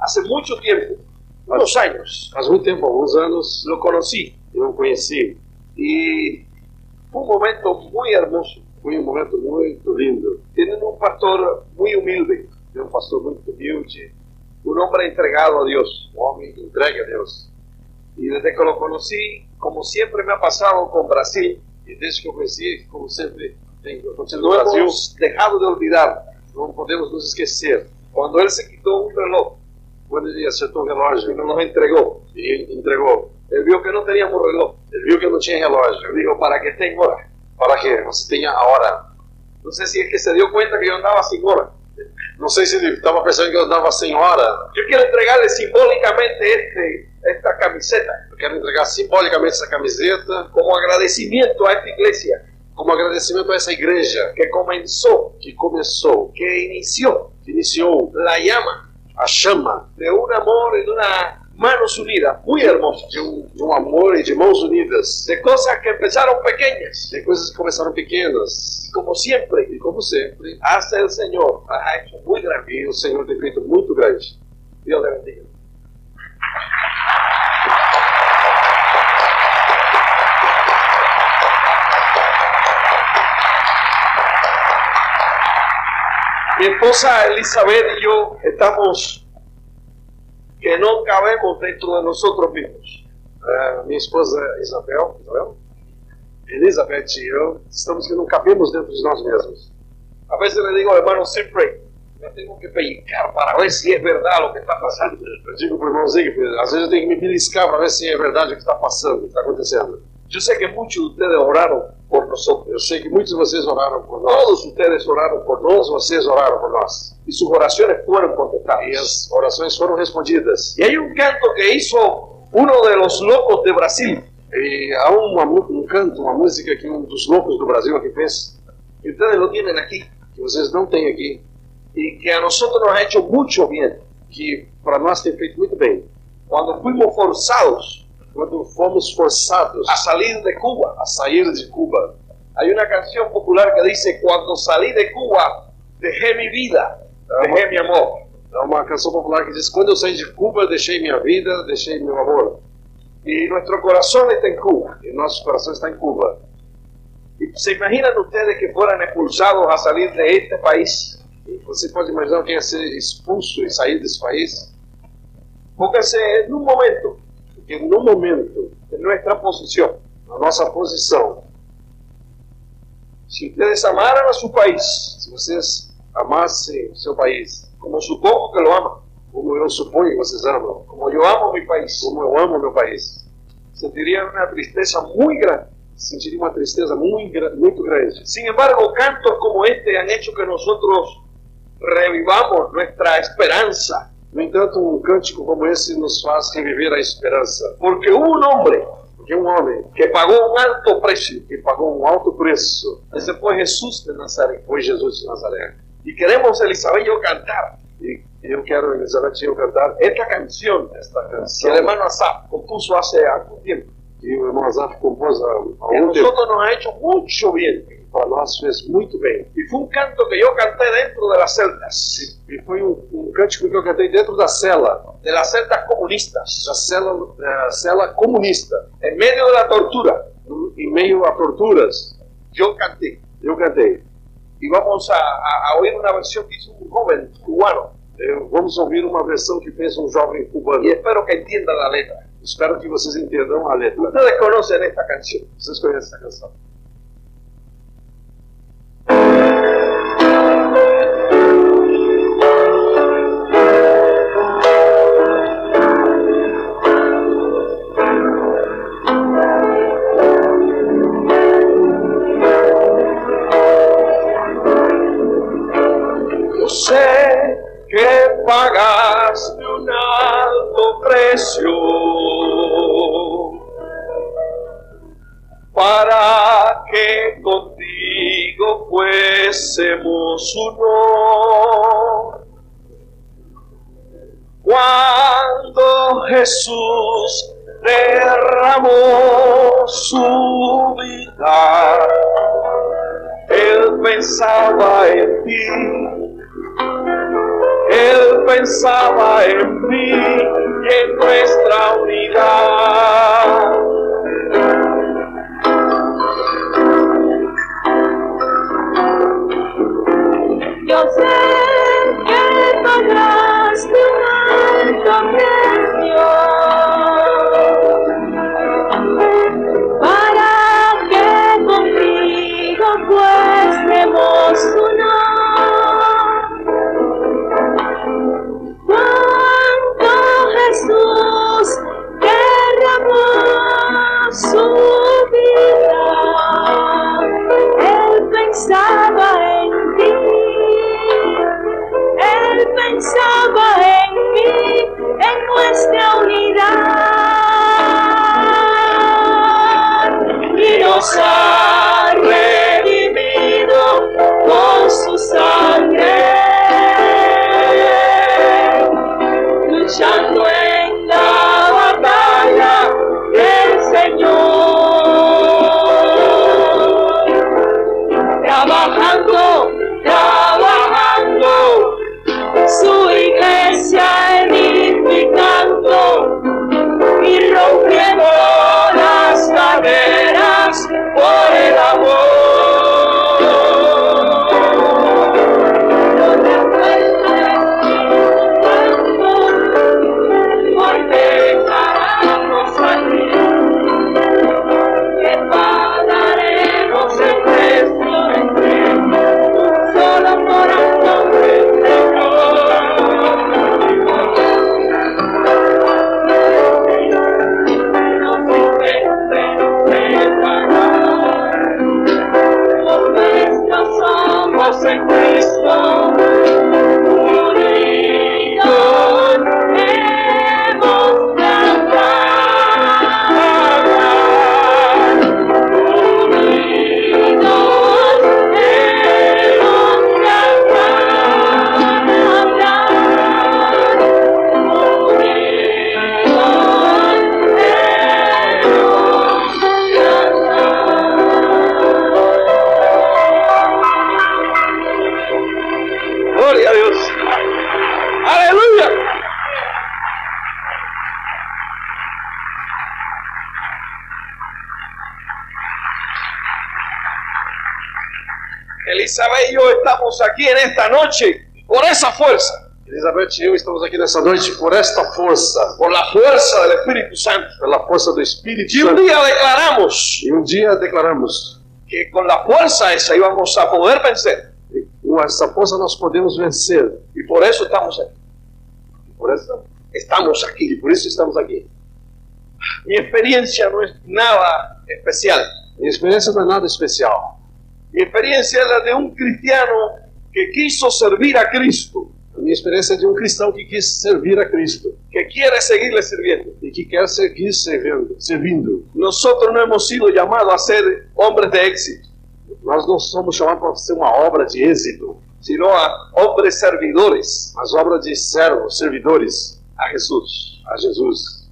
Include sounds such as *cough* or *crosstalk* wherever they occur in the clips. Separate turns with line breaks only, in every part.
hace mucho tiempo, unos años,
Hace un tiempo, unos años,
lo conocí
yo lo conheci.
y fue un momento muy hermoso.
Foi um momento muito lindo.
Tienen un pastor muy humilde,
É um pastor muito humilde,
un hombre entregado a Dios.
um homem que entrega a Deus.
Y desde que lo conocí, como siempre me ha pasado con Brasil,
E desde que eu conheci, como sempre, tem acontecido no
no
Brasil,
hemos dejado de olvidar
não podemos nos esquecer.
cuando él se quitó un reloj
Quando ele acertou o
que
relógio
no nos entregó.
e ele entregou,
Él vio que no teníamos reloj.
ele viu que não tinha
Él
relógio.
dijo, ¿para qué tengo hora?
Para que você tenha a hora.
No sé si es que se dio cuenta que yo andaba sin hora.
Não sei se ele estava pensando que eu andava sem hora.
Yo quiero entregarle simbólicamente este, esta camiseta
Eu quero entregar simbolicamente essa camiseta
como agradecimiento a esta iglesia
como agradecimento a essa igreja
que comenzó,
que começou,
que inició
que iniciou
la llama
a chama
de un amor en una manos unidas muy
muito hermosa
hermosa,
de um, de um amor e de mãos unidas.
de cosas que empezaron pequeñas.
Tem coisas que começaram pequenas.
Como siempre,
E como sempre,
hace el Señor, ha hecho muy grande.
e o Senhor tem feito muito grande.
Dios le bendiga. Mi esposa Elizabeth y yo estamos que no cabemos dentro de nosotros mismos.
A minha Ah, esposa Isabel, Isabel, Elizabeth e eu, estamos que não cabemos dentro de nós mesmos.
A veces le digo, hermano, siempre me tengo que pellizcar para ver si es verdad lo que está pasando.
Eu digo pues, para o irmão Zigfried, às vezes eu tenho que me beliscar para ver se é verdade o que está passando, o que está acontecendo.
Yo sé que muchos de ustedes oraron por nosotros.
Eu sei que muitos de vocês oraram por nós,
Todos ustedes oraron por
todos
nosotros
vocês oraram por nós,
y sus oraciones fueron
e
contestadas.
as orações foram respondidas.
Y hay un canto que hizo uno de los locos de Brasil.
E há uma, mu- um canto, uma música que um dos loucos do Brasil pues. aqui fez,
Y ustedes lo tienen aquí.
que vocês não têm aqui,
Y que a nosotros nos ha hecho mucho bien.
que para nós tem feito muito bem.
Cuando fuimos forzados
Quando fomos forçados
a salir de Cuba.
a sair de Cuba,
Hay una canción popular que dice, cuando salí de Cuba, dejé mi vida, dejé mi amor.
Ah, É uma canção popular que diz: Quando eu saí de Cuba, deixei minha vida, deixei meu amor.
Y nuestro corazón está en Cuba.
E nosso coração está em Cuba.
Y ¿Se imaginan ustedes que
né,
fueran expulsados a salir de este país?
E você pode imaginar quem ia ser expulso e sair desse país? assim, é
Pónganse en un momento
Porque no momento, é
en nuestra posición.
na nossa posição,
Si ustedes amaran a su país
se vocês amassem o seu país,
como supongo que lo aman,
como eu suponho que vocês amam,
como yo amo mi país,
como eu amo meu país,
sentirían una tristeza muy grande.
sentiria uma tristeza muito, gra- muito grande.
Sin embargo, cantos como este han hecho que nosotros revivamos nuestra esperanza,
No entanto, um cântico como esse nos faz reviver a esperança. um
porque hubo un hombre
Porque um homem
que pagó un alto precio.
que pagou um alto preço
Ese fue Jesús de Nazaret.
foi Jesus de Nazaré.
Y queremos, Elizabeth, y yo cantar
E eu quero, Elizabeth, eu cantar
esta canción
esta
que
canção é
el hermano Asaf compuso hace algún tiempo.
que o irmão Azaf compôs há há
Que a
algum tempo.
nosotros nos ha hecho mucho bien.
Para nós fez muito bem.
Y fue un um canto que yo canté dentro de las celdas,
E foi um, um cântico que eu cantei dentro da cela,
de las celdas comunistas,
da cela, da cela comunista,
en medio de la tortura.
no- em meio a torturas.
Yo canté.
Eu cantei.
Y vamos a, a- a oír una versión que hizo un joven cubano.
Eu- vamos ouvir uma versão que fez um jovem cubano.
Y espero que entienda la letra.
Espero que vocês entendam a letra.
Ustedes conocen esta canción.
Vocês conhecem essa canção?
Yo sé que pagaste un alto precio para que contigo fuésemos uno. Cuando Jesús derramó su vida, él pensaba en ti. Él pensaba en ti, en nuestra unidad.
Yo sé que pagaste un alto precio para que contigo pues fuésemos uno. Cuando Jesús derramó su vida, él pensaba en ti. Él pensaba en mí, en nuestra unidad.
Y nos ha redimido con su sangre. Luchando en la batalla del Señor. Trabajando, trabajando su iglesia edificando y rompiendo las caderas por el amor.
No te vuelves porque paramos aquí. Te pagaremos el precio solo por amor del Señor. No supiste pagar. Nuestros somos en Cristo, unidos hemos cantar, unidos hemos cantar, unidos hemos cantar.
Gloria a Dios. Aleluya. Elizabeth y yo estamos aquí en esta noche por esa fuerza,
Elizabeth e eu estamos aqui nessa noite por esta força,
por la fuerza del Espíritu Santo.
pela força do Espírito
Y un
Santo.
día declaramos
E um dia declaramos
que con la fuerza esa íbamos a poder vencer.
que com essa força nós podemos vencer.
Y por eso estamos aquí.
Por essa,
Estamos
e
aquí.
por isso estamos aqui.
Mi experiencia no es nada especial.
Minha experiência não é nada especial.
Mi experiencia es la de un cristiano que quiso servir a Cristo,
A minha experiência é de um cristão que quis servir a Cristo
que quiere seguirle sirviendo.
e que quer seguir servindo. servindo.
Nosotros no hemos sido llamados a ser hombres de éxito,
Nós não somos chamados para ser uma obra de êxito,
sino a hombres servidores
mas obra de servos, servidores
a Jesús.
a Jesus.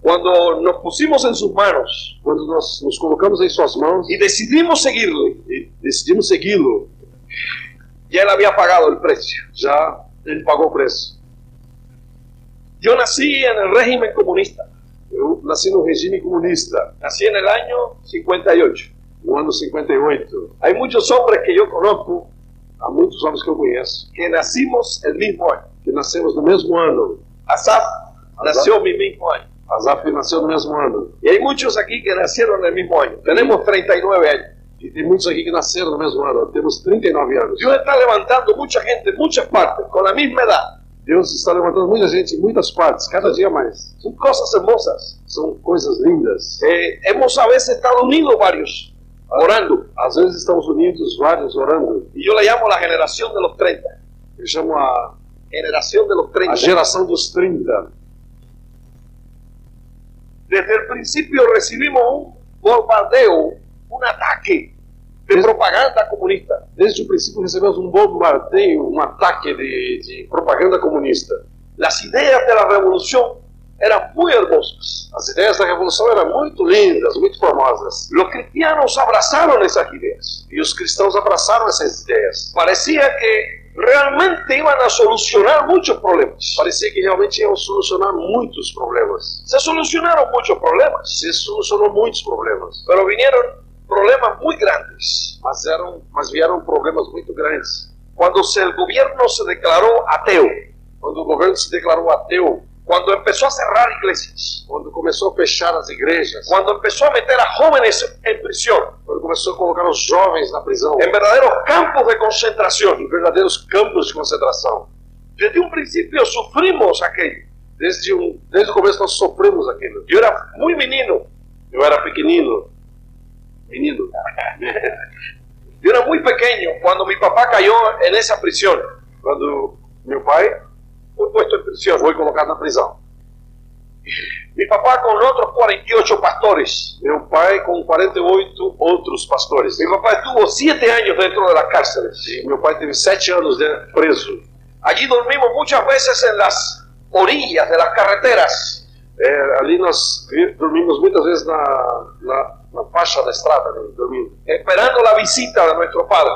Cuando nos pusimos en sus manos
Quando nós nos colocamos em suas mãos
y decidimos seguirle,
e decidimos segui-lo,
ya él había pagado el precio.
já ele pagou o preço.
Yo nací en el régimen comunista,
Eu nasci no regime comunista,
nací en el año 58.
no ano 58.
Hay muchos hombres que yo conozco
Há muitos homens que eu conheço
que nacimos el mismo año.
que nascemos no mesmo ano.
Asaf nació mi mismo año.
Azaf nasceu no mesmo ano.
Y hay muchos aquí que nacieron en el mismo año. Tenemos 39 años.
E tem muitos aqui que nasceram no mesmo ano. Temos 39 anos.
Dios está levantando mucha gente en muchas partes con la misma edad.
Deus está levantando muita gente em muitas partes, cada dia mais.
Son cosas hermosas.
São coisas lindas.
Eh, hemos a veces estado unidos varios, orando.
Às vezes estamos unidos, vários orando.
Y yo le llamo la generación de los 30.
Eu chamo a,
Generación de los
a
30.
geração dos 30.
Desde el principio recibimos un bombardeo, un ataque de propaganda comunista.
Desde o princípio recebemos um bombardeio, um ataque de, de propaganda comunista.
Las ideas de la revolución eran muy hermosas.
As ideias da revolução eram muito lindas, muito formosas.
Los cristianos abrazaron esas ideas.
E os cristãos abraçaram essas ideias.
Parecía que
realmente iban a solucionar muchos problemas.
Parecia que realmente iam solucionar muitos problemas.
Se solucionaram muitos problemas,
Se solucionou muitos problemas.
pero vinieron problemas muy grandes.
Mas, eram, mas vieram problemas muito grandes.
Cuando se- el gobierno se declaró ateo,
Quando o governo se declarou ateu,
cuando empezó a cerrar iglesias,
quando começou a fechar as igrejas,
cuando empezó a meter a jóvenes en prisión,
quando começou a colocar os jovens na prisão,
en verdaderos campos de concentración.
em verdadeiros campos de concentração. um
Desde un principio sufrimos aquello.
Desde, um, desde o começo nós sofremos aquilo.
Yo era muy menino,
Eu era pequenino, menino, *laughs*
yo era muy pequeño cuando mi papá cayó en esa prisión.
quando meu pai
Fue puesto en prisión.
foi colocado na prisão.
Mi papá con otros 48 pastores.
Meu pai com 48 outros pastores.
Mi papá estuvo siete años dentro de las cárceles.
E Meu pai teve sete anos de preso.
Allí dormimos muchas veces en las orillas de las carreteras.
É, ali nós vi- dormimos muitas vezes na, na, na faixa da estrada, né, dormindo,
esperando la visita de nuestro padre.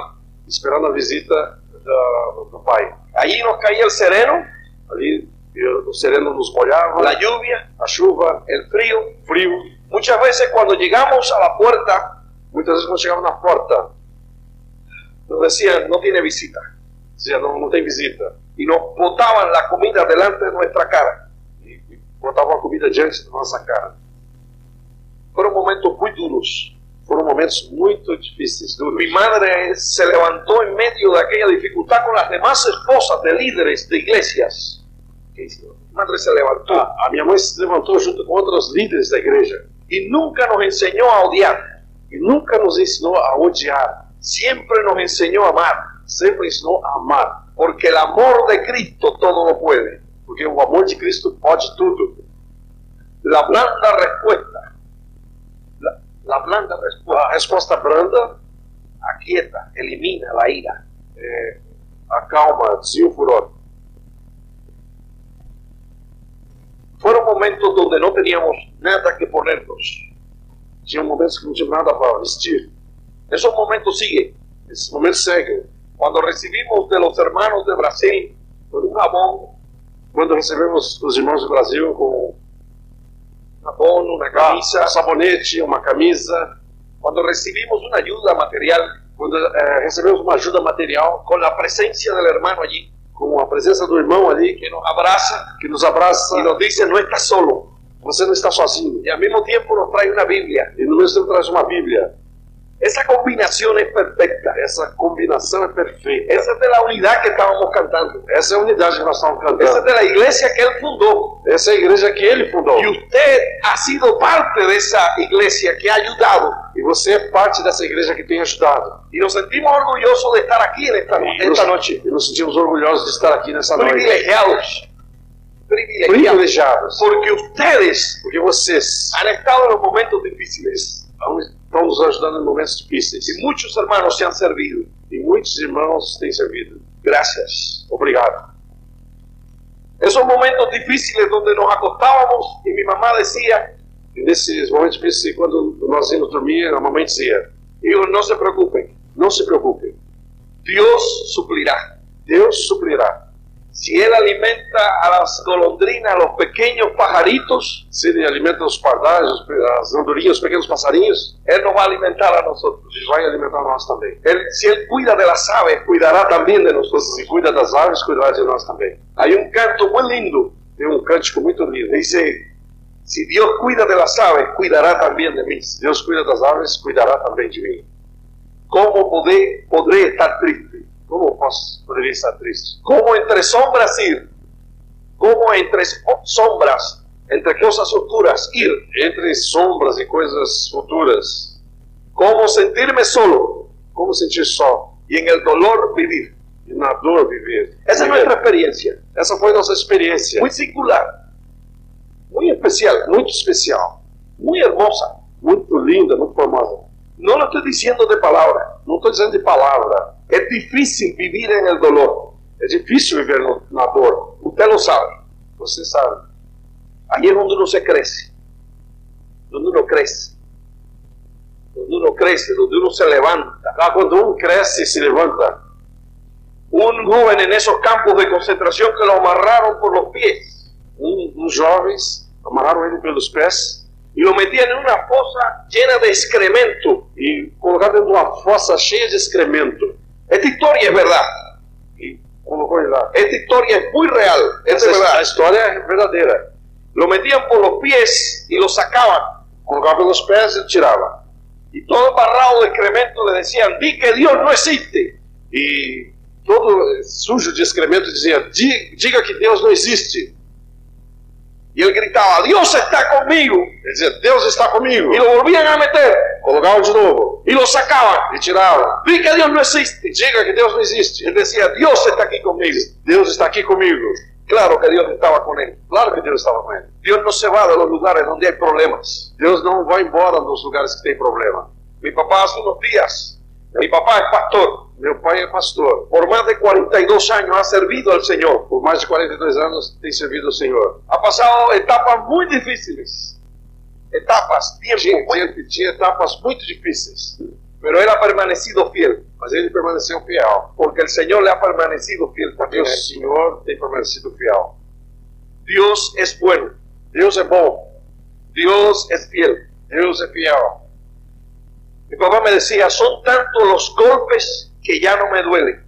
esperando a visita da- do pai.
Allí nos caía el sereno,
Ali eu- o sereno nos molhava,
la lluvia,
a chuva,
el frío.
frio.
Muchas veces cuando llegamos a la puerta
Muitas vezes quando chegava na porta,
nos decían no tiene visita
dizia não, não tem visita.
y nos botaban la comida delante de nuestra cara.
E, e botava uma comida diante da nossa cara.
Fueron momentos muy duros.
Foram momentos muito difíceis, duros.
Mi madre se levantó en medio de aquella dificultad con las demás esposas de líderes de iglesias. Mi madre se levantó
Ah, A, a minha mãe se levantou junto com outros líderes da igreja
y nunca nos enseñó a odiar,
e nunca nos ensinou a odiar,
siempre nos enseñó a amar.
sempre ensinou a amar.
Porque el amor de Cristo todo lo puede.
Porque o amor de Cristo pode tudo.
La blanda respuesta, la, la blanda
A
respuesta
resposta branda
aquieta, elimina la ira.
é, Eh, acalma, desvia o furor.
Fueron momentos donde no teníamos nada que ponernos.
Tinha momentos que não tinha nada para vestir.
Esos momentos siguen.
Esses momentos seguem.
Cuando recibimos de los hermanos de Brasil con un jabón,
Quando recebemos os irmãos do Brasil com um
un jabón, una camisa,
camisa, um sabonete, uma camisa,
cuando recibimos una ayuda material
quando é, recebemos uma ajuda material
con la presencia del hermano allí,
com a presença do irmão ali
que nos abraza
que nos abraça
y nos dice no estás solo.
você não está sozinho.
Y al mismo tiempo nos trae una Biblia.
E no mesmo tempo traz uma Bíblia.
Esa combinación es perfecta.
Essa combinação é perfeita.
Esa es de la unidad que estábamos cantando.
Essa é a unidade que nós estamos
Esa es
cantando.
de la iglesia que él fundó.
Essa é a igreja que ele fundou.
Y usted ha sido parte de esa iglesia que ha ayudado.
E você é parte dessa igreja que tem ajudado.
Y nos sentimos orgullosos de estar aquí en esta,
E
esta
nos-
noche.
E nos sentimos orgulhosos de estar aqui nessa noite.
Privilegiados. Privilegiados.
Privilegiados.
Porque ustedes
Porque vocês
han estado en los momentos difíciles.
estão nos ajudando em momentos difíceis.
Y muchos hermanos se han servido.
E muitos irmãos têm servido.
Gracias.
Obrigado.
Esos momentos difíciles donde nos acostábamos y mi mamá decía,
E nesses momentos difíceis, quando nós íamos dormir, a mamãe dizia:
digo, no se preocupen,
Não se preocupem,
Dios suplirá.
Deus suprirá.
Si él alimenta a las golondrinas, a los pequeños pajaritos,
Se ele alimenta os pardais, os pe- as andorinhas, os pequenos passarinhos,
él nos va a alimentar a nosotros.
ele vai alimentar nós também.
Él- si él cuida de las aves, cuidará también de nosotros.
Se cuida das aves, cuidará de nós também.
Hay un canto muy lindo.
Tem um cântico muito lindo.
Dice, si Dios cuida de las aves, cuidará también de mí.
Deus cuida das aves, cuidará também de mim.
¿Cómo podé- podré estar triste?
Como eu posso, poderia estar triste?
¿Cómo entre sombras ir? ¿Cómo entre so- sombras, entre cosas oscuras ir?
Entre sombras e coisas futuras,
¿Cómo sentirme solo
como sentir só
y en el dolor vivir?
e na dor viver?
Esa es nuestra experiencia,
Essa foi nossa experiência,
muy singular, muy especial.
muito especial,
muy hermosa.
muito linda, muito formosa.
No lo estoy diciendo de palabra,
Não estou dizendo de palavra.
es difícil vivir en el dolor,
É difícil viver no- na dor,
usted lo sabe.
você sabe. é
Ahí es donde uno se crece, donde uno crece, donde uno crece, donde uno se levanta.
Ah, quando um cresce e se levanta,
un joven en esos campos de concentración que lo amarraron por los pies
Um, uns jovens amarraram ele pelos pés
y lo metían en una fosa llena de excremento.
e colocaram dentro de uma fossa cheia de excremento.
Esta historia es verdad.
E colocou ele lá.
Esta historia es muy real. Esta
Essa
es
his- a
verdad.
história é verdadeira.
Lo metían por los pies y lo sacaban.
Colocava pelos pés e tirava.
Y todo barrado de excremento le decían, di que Dios no existe.
E todo eh, sujo de excremento dizia: "Di- Diga que Deus não existe.
Y él gritaba, Dios está conmigo.
Ele dizia: Deus está comigo.
Y lo volvían a meter
Colocavam de novo
y lo sacaban.
e tiravam.
Di que Dios no existe.
Diga que Deus não existe.
Él decía, Dios está aquí conmigo.
Deus está aqui comigo.
Claro que Dios estaba con él.
Claro que Deus estava com ele.
Dios no se va de los lugares donde hay problemas.
Deus não vai embora nos lugares que tem problema.
Mi papá hace unos días, mi papá es pastor,
Meu pai é pastor.
por más de 42 años ha servido al Señor.
Por mais de 42 anos tem servido ao Senhor.
Ha pasado etapas muy difíciles, etapas, tiempo,
Tinha,
muy-
tinha, tinha etapas muito difíceis,
pero él ha permanecido fiel,
mas ele permaneceu fiel.
porque el Señor le ha permanecido fiel
Porque
también.
o Senhor tem permanecido fiel.
Dios es bueno,
Deus é bom.
Dios es fiel.
Deus é fiel.
Mi papá me decía, son tantos los golpes que ya no me duelen.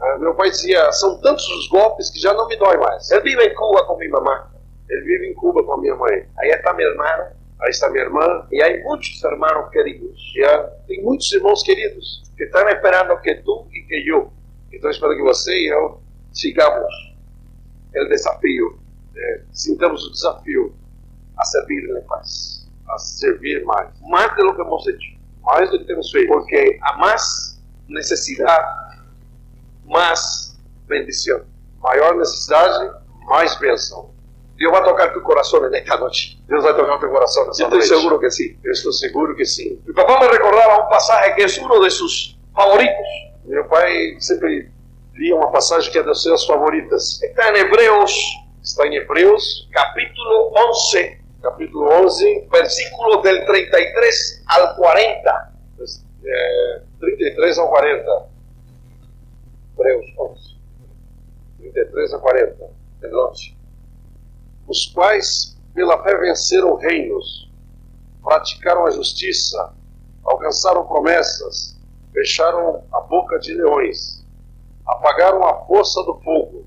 Ah, Meu pai dizia: são tantos os golpes que já não me dói mais.
Él vive en Cuba con mi mamá.
Ele vive em Cuba com a minha mãe.
Ahí está mi hermano.
Aí está minha irmã.
Y hay muchos hermanos queridos
E ah, tem muitos irmãos queridos
que están esperando que tú y que yo
que estão esperando que você e eu
sigamos el desafío
eh, sintamos o desafio
a servirle más.
a servir mais.
Más de lo que hemos hecho.
Mais do que temos feito.
Porque a más necesidad, más bendición.
Maior necessidade, mais bênção.
Dios va a tocar tu corazón en esta noche.
Deus vai tocar o teu coração nessa
Yo estoy
noite.
seguro que sí.
Eu estou seguro que sim.
Mi papá me recordaba un pasaje que es uno de sus favoritos.
Meu pai sempre lia uma passagem que é das suas favoritas.
Está en Hebreos
Está em Hebreus,
capítulo 11,
capítulo 11,
versículos del 33 al 40.
é, 33 ao 40. Hebreus 11, 33 a 40.
Del 11.
Os quais, pela fé, venceram reinos, praticaram a justiça, alcançaram promessas, fecharam a boca de leões, apagaram a força do fogo,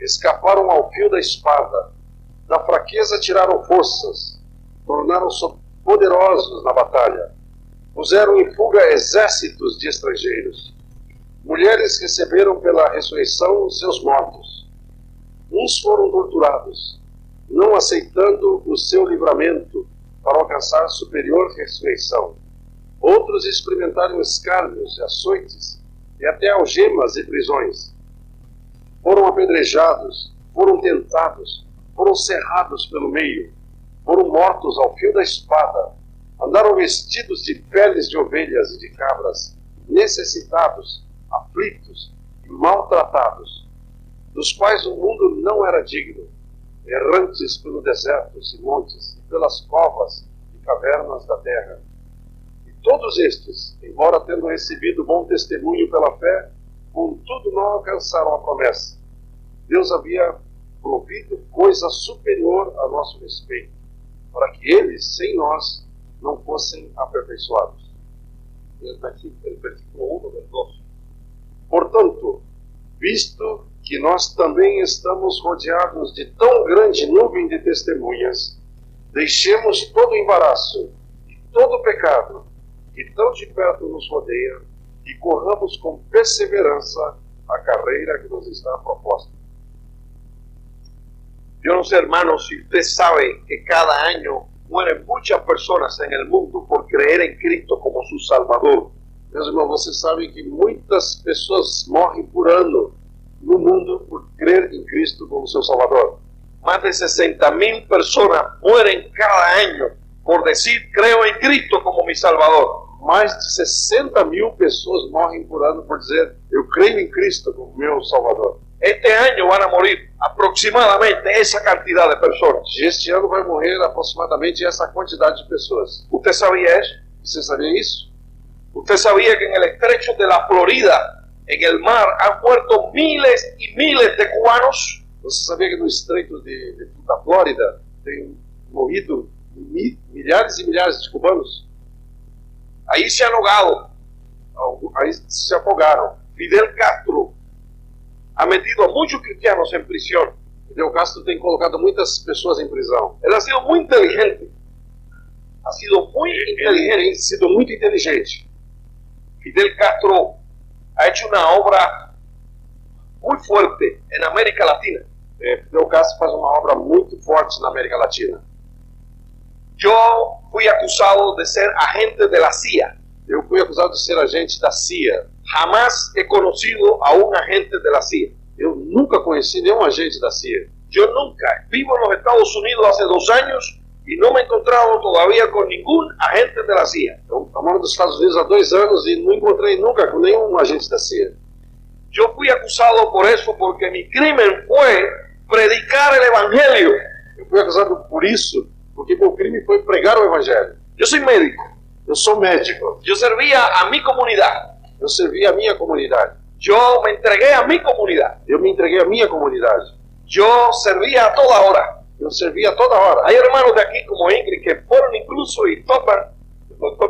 escaparam ao fio da espada, da fraqueza tiraram forças, tornaram-se poderosos na batalha, puseram em fuga exércitos de estrangeiros. Mulheres receberam pela ressurreição os seus mortos. Uns foram torturados, não aceitando o seu livramento para alcançar superior ressurreição. Outros experimentaram escárnios e açoites, e até algemas e prisões. Foram apedrejados, foram tentados, foram cerrados pelo meio, foram mortos ao fio da espada, andaram vestidos de peles de ovelhas e de cabras, necessitados, aflitos e maltratados dos quais o mundo não era digno, errantes pelo desertos e montes, e pelas covas e cavernas da terra. E todos estes, embora tendo recebido bom testemunho pela fé, contudo não alcançaram a promessa. Deus havia provido coisa superior a nosso respeito, para que eles, sem nós, não fossem aperfeiçoados.
El versículo, el versículo 1 del 2.
Portanto, visto que nós também estamos rodeados de tão grande nuvem de testemunhas, deixemos todo o embaraço e todo o pecado que tão de perto nos rodeia e corramos com perseverança a carreira que nos está proposta.
Yo no sé, hermanos, si usted sabe que cada año mueren muchas personas en el mundo por creer en Cristo como su Salvador.
Meus irmãos, vocês sabem que muitas pessoas morrem por ano no mundo por crer em Cristo como seu Salvador.
Más de 60 mil personas mueren cada año por decir creo en Cristo como mi Salvador.
Mais de 60 mil pessoas morrem por ano por dizer eu creio em Cristo como meu Salvador.
Este año van a morir aproximadamente esa cantidad de personas.
E Este ano vai morrer aproximadamente essa quantidade de pessoas.
¿Usted sabía eso?
Você sabia isso?
¿Usted sabía que en el estrecho de la Florida
En el mar han muerto miles y miles de cubanos.
Você sabia que no estreito de, de, da Flórida tem morrido mi, milhares e milhares de cubanos?
Ahí se han ahogado.
Aí se afogaram.
Fidel Castro ha metido a muchos cristianos en prisión.
Fidel Castro tem colocado muitas pessoas em prisão.
Ele ha sido muito inteligente. Ha sido muy inteligente.
Tem sido muito inteligente.
Fidel Castro ha hecho una obra muy fuerte en América Latina.
É, Fidel Castro faz uma obra muito forte na América Latina.
Yo fui acusado de ser agente de la CIA.
Eu fui acusado de ser agente da CIA.
Jamás he conocido a un agente de la CIA.
Eu nunca conheci nenhum agente da CIA.
Yo nunca. Vivo en los Estados Unidos hace dos años y no me he encontrado todavía con ningún agente de la CIA.
Eu moro Então, tá nos Estados Unidos há dois anos e não encontrei nunca com nenhum agente da CIA.
Yo fui acusado por eso porque mi crimen fue predicar el evangelio.
Eu fui acusado por isso porque meu crime foi pregar o evangelho.
Eu sou médico.
Eu sou médico.
Eu servia a minha comunidade.
Eu servi a minha comunidade.
Eu me entreguei à minha comunidade.
Eu me entreguei à minha comunidade.
Eu servia a toda hora.
Eu servia a toda hora.
Há irmãos daqui como Ingrid que foram incluso e topam,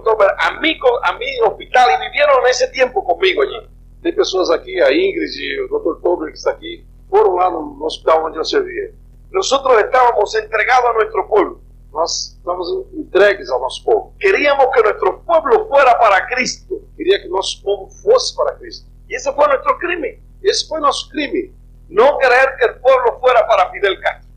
topam a mim a mim hospital e viveram nesse tempo comigo ali.
Tem pessoas aqui, a Ingrid, o Dr. Tober que está aqui, foram lá no, no hospital onde eu servia.
Nós estávamos entregados a nosso povo
nós estamos entregues ao nosso povo.
Queríamos que nosso povo fosse para Cristo.
Queria que nosso povo fosse para Cristo.
E esse foi nosso crime.
Esse foi nosso crime.
Não querer que o povo fosse para Fidel Castro.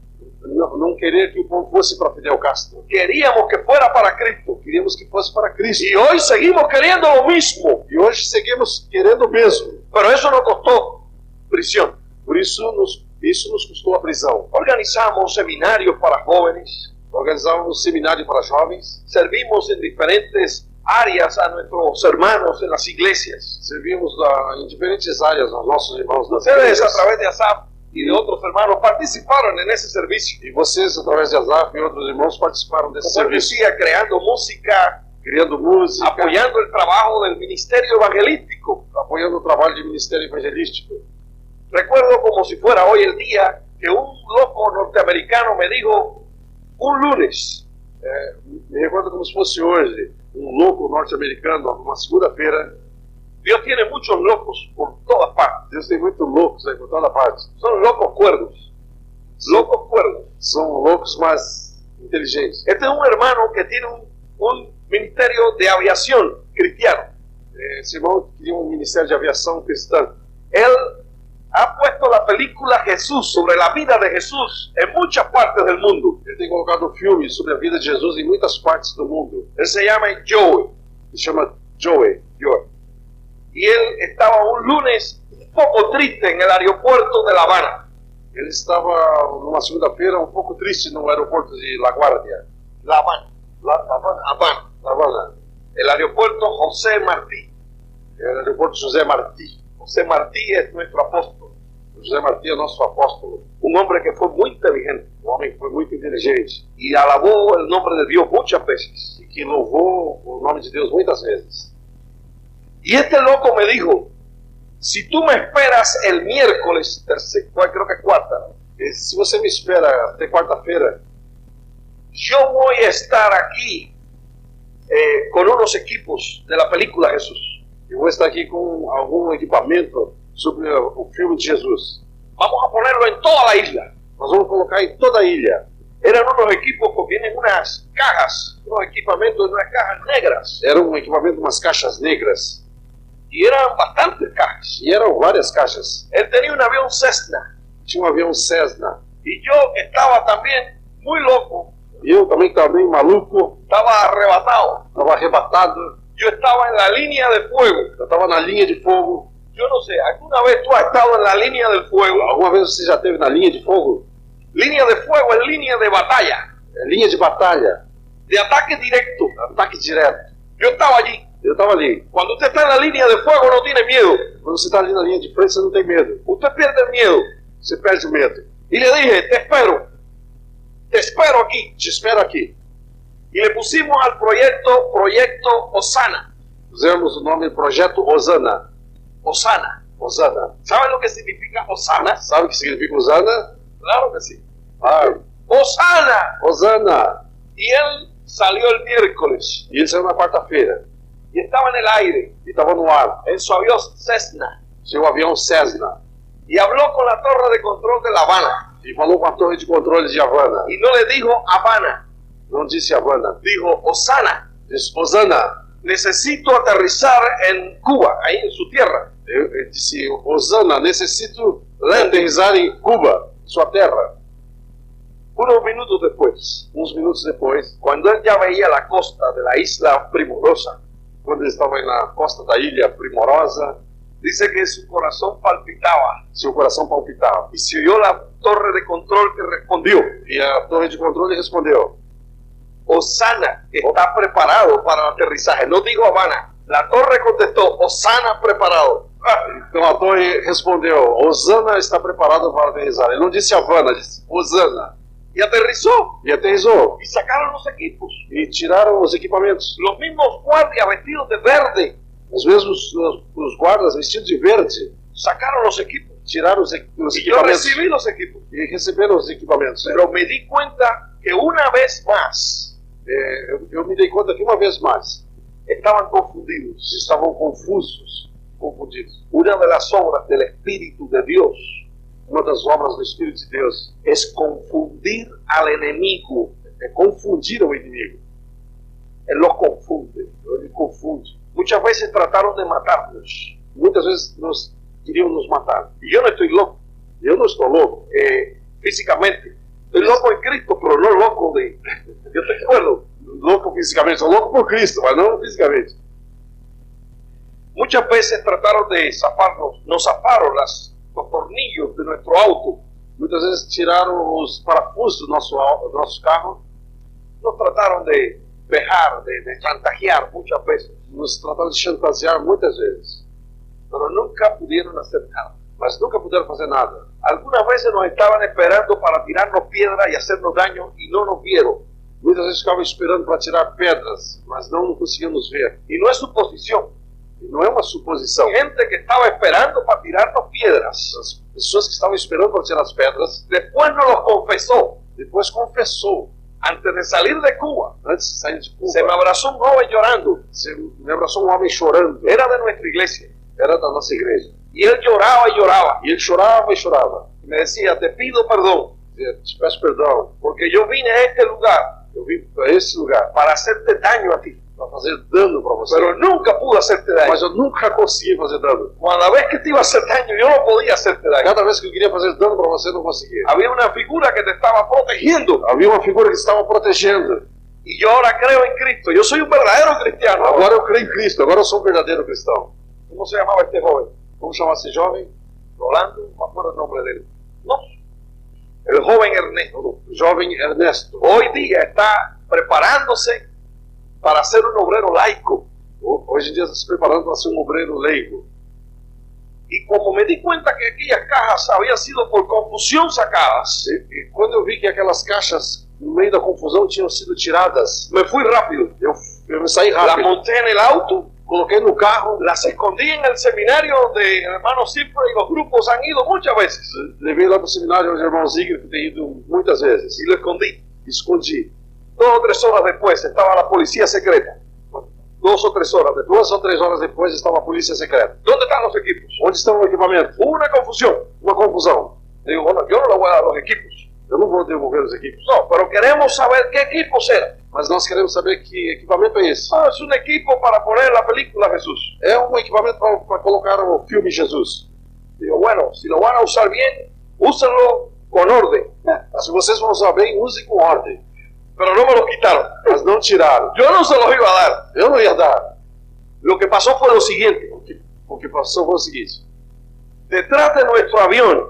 Não, não, querer que o povo fosse para Fidel Castro.
Queríamos que fosse para Cristo.
Queríamos que fosse para Cristo.
E hoje seguimos querendo o mesmo.
E hoje seguimos querendo o mesmo.
Mas isso não custou prisão.
Por isso nos, isso nos custou a prisão.
Organizamos um seminário para jovens
organizamos um seminário para jovens,
servimos em diferentes áreas a nossos irmãos nas igrejas,
servimos a, em diferentes áreas aos nossos irmãos nas
igrejas. Vocês através de ASAP e de outros irmãos participaram nesse serviço.
E vocês através de ASAP e outros irmãos participaram desse
Como
serviço.
Dizia, criando música,
criando música,
apoiando o trabalho do ministério evangelístico,
apoiando o trabalho do ministério evangelístico.
Recuerdo como se fuera hoy el día que um louco norteamericano me dijo um lunes.
É, Eh, me recordo como se fosse hoje, um louco norte-americano, uma segunda-feira.
Deus tem muitos loucos por toda parte.
Deus tem muitos loucos aí por toda parte.
São loucos cuerdos. Loucos cuerdos.
São loucos, mas inteligentes.
Este é um irmão que tem um, um ministério de aviação cristiano. Eh,
Esse irmão tinha um ministério de aviação cristã.
Ele ha puesto la película Jesús sobre la vida de Jesús en muchas partes del mundo.
Ele tem colocado filmes sobre a vida de Jesus em muitas partes do mundo.
Ele se chama Joey.
Se chama Joey. Joey.
E ele estava um lunes um pouco triste no aeroporto de La Habana.
Ele estava numa segunda-feira um pouco triste no aeroporto de La Guardia.
La Habana.
La, La Habana.
Habana.
La Habana.
El aeropuerto José Martí.
El aeropuerto José Martí.
José Martí es nuestro apóstol.
José Martí é nosso apóstolo.
Um homem que foi muito inteligente.
Um homem que foi muito inteligente.
E alabou o nome de Deus muitas vezes.
E que louvou o nome de Deus muitas vezes.
E este louco me dijo: Se tu me esperas el miércoles, terceiro, creo que eh, quarta.
Se você me espera até quarta-feira,
eu vou estar aqui eh, com uns equipos da película Jesus.
Eu vou estar aqui com algum equipamento sobre o filme de Jesus.
Vamos a ponerlo em toda a ilha.
Nós vamos colocar em toda a ilha.
Eram uns equipos que vinham umas caixas, uns equipamentos, umas caixas negras.
Era um equipamento, umas caixas negras.
E eram bastantes caixas.
E eram várias caixas.
Ele tinha um avião Cessna.
Tinha um avião Cessna.
E eu estava também muito louco.
Eu também estava bem maluco.
Estava arrebatado.
Estava arrebatado.
Eu estava na linha de fogo.
Eu estava na linha de fogo.
Yo no sé, ¿alguna vez tú has estado en la línea del fuego?
¿Alguna vez usted ya esteve en la línea de fuego?
Línea de fuego es línea de batalla.
É linha de batalha.
De ataque directo.
Ataque direto.
Yo estaba allí.
Eu estava ali.
Cuando usted está en la línea de fuego no tiene miedo.
Quando você está ali na linha de frente, você não tem medo.
Usted pierde el miedo.
Você perde o medo.
E le dije, te espero. Te espero aqui.
Te espero aqui.
E le pusimos al proyecto, Proyecto Osana.
Usamos o nome Projeto Osana.
Osana.
Osana.
¿Saben lo que significa Osana?
Sabe o que significa Osana?
Claro que sí.
Ah,
Osana.
Osana!
Y él salió el miércoles
E ele saiu na quarta-feira
y estaba en el aire,
e estava no ar.
en su avión Cessna,
Seu avião Cessna.
y habló con la torre de control de La Habana.
E falou com a torre de controle de Havana.
Y no le dijo Habana,
Não disse Havana.
dijo Osana.
Disse Osana.
Necesito aterrizar en Cuba, ahí en su tierra.
Eu, eu disse Eh, Osana, necessito aterrizar em Cuba, sua terra.
Unos minutos después,
Uns minutos depois,
cuando él ya veía la costa de la isla primorosa,
quando eles estavam aí na costa da ilha Primorosa,
dice que su corazón palpitaba
seu coração palpitava.
y se oyó la torre de control que respondió,
E a torre de controle respondeu:
Osana está preparado para el aterrizaje. No digo Habana. La torre contestó, Osana preparado. Ah,
Então a torre respondeu: Osana está preparada para aterrizar. Ele não disse Havana, disse Osana.
Y aterrizó
E aterrizou.
y sacaron los equipos.
E tiraram os equipamentos.
Los mismos guardias vestidos de verde
Os mesmos os, os guardas vestidos de verde
sacaron los equipos.
tiraram os, equi- os
Y yo
equipamentos.
recibí los equipos.
E receberam os equipamentos.
Pero me di cuenta que una vez más eh,
É, eu, eu me dei conta que uma vez mais
estaban confundidos.
estavam confusos, confundidos.
Una de las obras del Espíritu de Dios
Uma das obras do Espírito de Deus
es confundir al enemigo.
é confundir o inimigo.
Él los confunde.
Ele confunde.
Muchas veces trataron de matarnos.
Muitas vezes nós queriam nos matar.
Y yo no estoy loco.
Eu não estou louco.
eh, físicamente. Estoy loco en Cristo, pero no loco de. Yo estoy acuerdo.
Louco fisicamente, sou louco por Cristo, mas não fisicamente.
Muchas veces trataron de zafarnos, nos zafaron las, los tornillos de nuestro auto,
Muitas vezes tiraram os parafusos do nosso, au- do nosso carro,
nos trataron de vejar, de, de chantajear muchas veces,
nos trataram de chantagear muitas vezes,
pero nunca pudieron hacer nada.
mas nunca puderam fazer nada.
Algunas veces nos estaban esperando para tirarnos piedras y hacernos daño y no nos vieron.
Muitas vezes ficavam esperando para tirar pedras, mas não conseguiam nos ver.
Y no es suposición.
E não é uma suposição.
Gente que estaba esperando para tirarnos piedras,
As pessoas que estavam esperando para tirar as pedras,
después nos lo confesó.
depois confessou,
Antes de salir de Cuba,
antes de sair de
se me
Cuba.
abrazó un joven llorando.
Você lembra só um homem chorando,
era de nuestra iglesia.
era da nossa igreja.
Y él lloraba y lloraba.
E ele chorava e choraba.
Y me decía, te pido perdón,
Dizia, Te peço perdão,
porque yo vine a este lugar
eu vim para esse lugar
para hacerte daño a ti.
para fazer dano para você.
Pero nunca pude hacerte daño.
mas eu nunca consegui fazer dano.
Cada vez que te iba a hacer daño, yo no podía hacerte daño.
Cada vez que eu queria fazer dano para você, eu não conseguia.
Había una figura que te estaba protegiendo.
Havia uma figura que estava protegendo.
Y yo ahora creo en Cristo. Yo soy un verdadero cristiano. ahora.
Agora eu creio em Cristo, agora eu sou um verdadeiro cristão.
¿Cómo se llamaba este joven?
Vamos chamar esse jovem?
Rolando, no me acuerdo el nombre de él. No. El joven Ernesto.
Jovem Ernesto.
Hoy día está preparándose para ser un obrero laico.
Ho- Hoje em dia está se preparando para ser um obreiro leigo.
Y como me di cuenta que aquellas cajas habían sido por confusión sacadas,
E, e quando eu vi que aquelas caixas, no meio da confusão, tinham sido tiradas,
me fui rápido.
eu, eu me saí
Las
rápido.
monté en el auto,
Coloquei no carro,
las escondí en el seminario donde hermanos Cifra y los grupos han ido muchas veces.
levei lá para o seminário onde o irmão Zigre, que tem ido muitas vezes,
Y lo escondí.
e escondi.
Dos o tres horas después estaba la policía secreta. Dos o tres horas después.
Duas ou três horas depois estava a polícia secreta.
¿Dónde están los equipos?
Onde estão o equipamento?
Hubo una confusión.
Uma confusão.
Digo, bueno, yo no le voy a dar los equipos.
Eu não vou devolver os equipos.
No, pero queremos saber qué equipos eran.
Mas nós queremos saber que equipamento é esse.
Ah, es un equipo para poner la película Jesús.
É um equipamento para colocar o filme Jesus.
Digo, bueno, si lo van a usar bien, úsenlo con orden.
Se vocês vão usar bem, use com ordem.
Pero no me los quitaron.
Mas não tiraram.
Yo no se los iba a dar.
Eu não ia dar.
Lo que pasó fue lo siguiente.
O que, o que passou foi o seguinte:
Detrás de nuestro avión,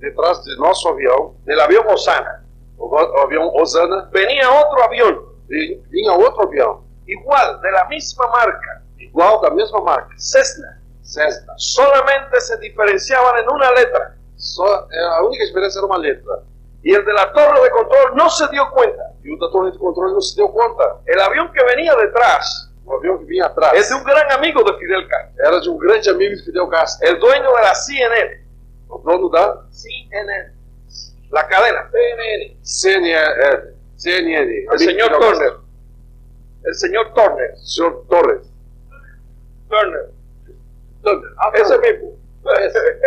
detrás de nosso avião,
del avião Osana,
o, no- o avião Osana,
venía outro avión,
vi- vinha outro avião,
igual, de la misma marca,
igual da mesma marca,
Cessna.
Cessna.
Solamente se diferenciaban en una letra. eh,
Só, é, a única diferença era uma letra.
Y el de la torre de control no se dio cuenta.
E o da torre de controle não se deu conta.
El avión que venía detrás
O avião que vinha atrás.
es de un gran amigo de Fidel Castro,
Era de um grande amigo de Fidel Castro,
el dueño de la CNN,
o dono da
CNN, la cadena CNN,
CNN. CNN
el señor Turner, el señor Turner,
Senhor Torres.
Turner,
Turner. Ah,
ese
Turner.
mismo. *laughs*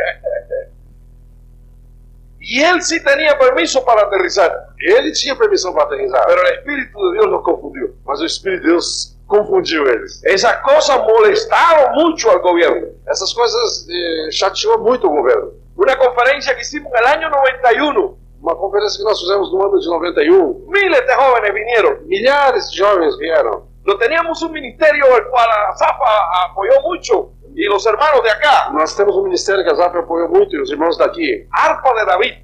Y él sí tenía permiso para aterrizar,
Ele tinha permissão para aterrissar,
pero el Espíritu de Dios lo confundiu.
mas o Espírito de Deus confundiu eles.
Esas cosas molestaron mucho al gobierno.
Essas coisas eh, chateou muito o governo.
Una conferencia que hicimos en el año 91,
Uma conferência que nós fizemos no ano de 91,
miles de jóvenes vinieron.
milhares de jovens vieram.
Lo teníamos un ministerio al cual la Zapa apoyó mucho y los hermanos de acá,
Nós temos um ministério que a ZAP apoiou muito, e os irmãos daqui.
Arpa de David.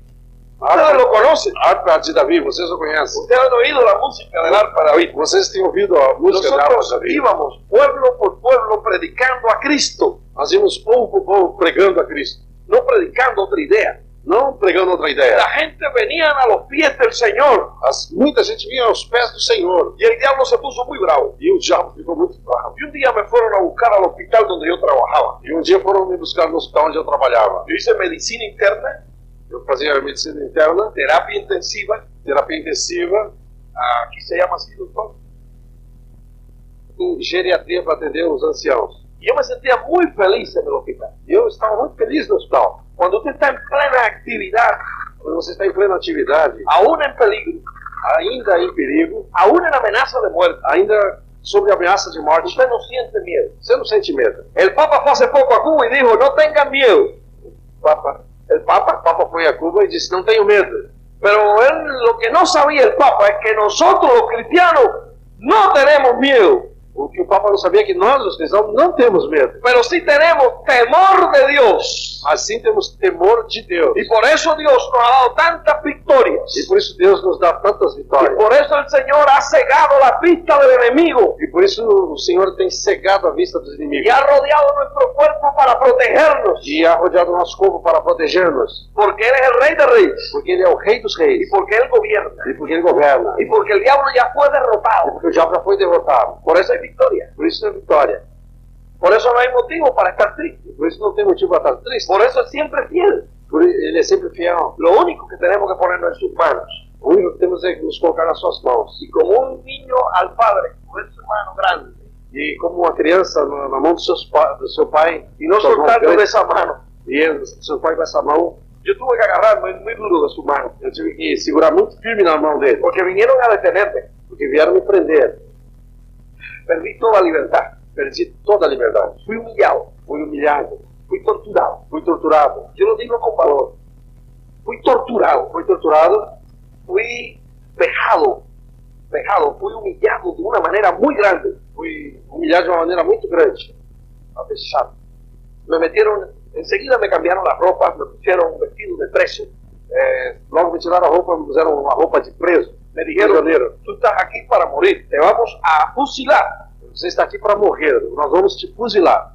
Ustedes lo
Harpa,
conocen.
Harpa de Davi, vocês não conhecem.
Ustedes han oído la música del Arpa de David.
Vocês têm ouvido a música da Harpa de
Nosotros
Davi?
íbamos pueblo por pueblo predicando a Cristo,
Nós íamos povo por povo pregando a Cristo,
no predicando otra idea.
não pregando outra ideia.
La gente venían a los pies del Señor
As- muita gente vinha aos pés do Senhor
y el diablo se puso muy bravo.
e o diabo ficou muito bravo.
Y un día me fueron a buscar al hospital donde yo trabajaba.
E um dia foram me buscar no hospital onde eu trabalhava.
Yo hice medicina interna,
Eu fazia medicina interna,
terapia intensiva,
terapia intensiva,
aquí se llama así, doctor.
e geriatria para atender os anciãos.
Y yo me sentía muy feliz en el hospital.
E eu estava muito feliz no hospital.
Cuando usted está en plena actividad,
Quando você está em plena atividade,
aún en peligro,
ainda em perigo,
aún en amenaza de muerte,
ainda sob ameaça de morte,
usted no siente miedo.
você não sente medo.
El Papa fue hace poco a Cuba y dijo, no tengan miedo.
Papa,
El Papa,
Papa foi a Cuba e disse: Não tenho medo.
Pero él, lo que no sabía el Papa es que nosotros los cristianos no tenemos miedo,
O que o Papa não sabia é que nós, os cristãos, não temos medo.
pero sí tenemos temor de Dios.
Assim temos temor de Deus.
Y por eso Dios nos ha dado tantas victorias.
E por isso Deus nos dá tantas
Y
vitórias.
por eso el Señor ha cegado la pista del enemigo
E por isso o Senhor tem cegado a vista dos
y
inimigos
ha rodeado nuestro cuerpo para protegernos,
e ha rodeado o nosso corpo para proteger-nos.
porque Él es el Rey de Reyes,
Porque Ele é o Rei dos
y
Reis.
porque Él gobierna,
E porque Ele governa.
y porque el diablo ya fue derrotado.
Porque o diabo já foi derrotado.
Por eso hay victoria,
Por isso é vitória.
por eso no hay motivo para estar triste,
Por isso não tem motivo para estar triste.
por eso es siempre fiel.
Por ele é sempre fiel.
Lo único que tenemos que ponernos en sus manos,
O único que temos é que nos colocar nas suas mãos.
y como un niño al Padre, con su mano grande,
E como uma criança na, na mão dos seus pa- do seu pai,
y no
suas mãos
soltarnos de
grandes,
esa mano.
e ele- seu pai com essa mão,
Yo tuve que agarrarme muy duro de su mano,
eu tive que segurar muito firme na mão dele,
porque vinieron a detenerme,
porque vieram me prender.
perdí toda libertad,
Perdi toda a liberdade.
fui humillado,
Fui humilhado,
fui torturado.
fui torturado,
Yo lo digo con valor. Fui torturado,
fui torturado,
fui vejado, vejado, fui humillado de una manera muy grande.
fui humilhado de uma maneira muito grande.
Apesar. Me metieron, enseguida me cambiaron las ropas, me pusieron vestido de preso. Eh,
É, logo me tiraram a roupa, me puseron uma roupa de preso.
Me dijeron,
prisioneiro.
tú estás aquí para morir, te vamos a fusilar. Pues,
Você está aqui para morrer, nós vamos te fuzilar.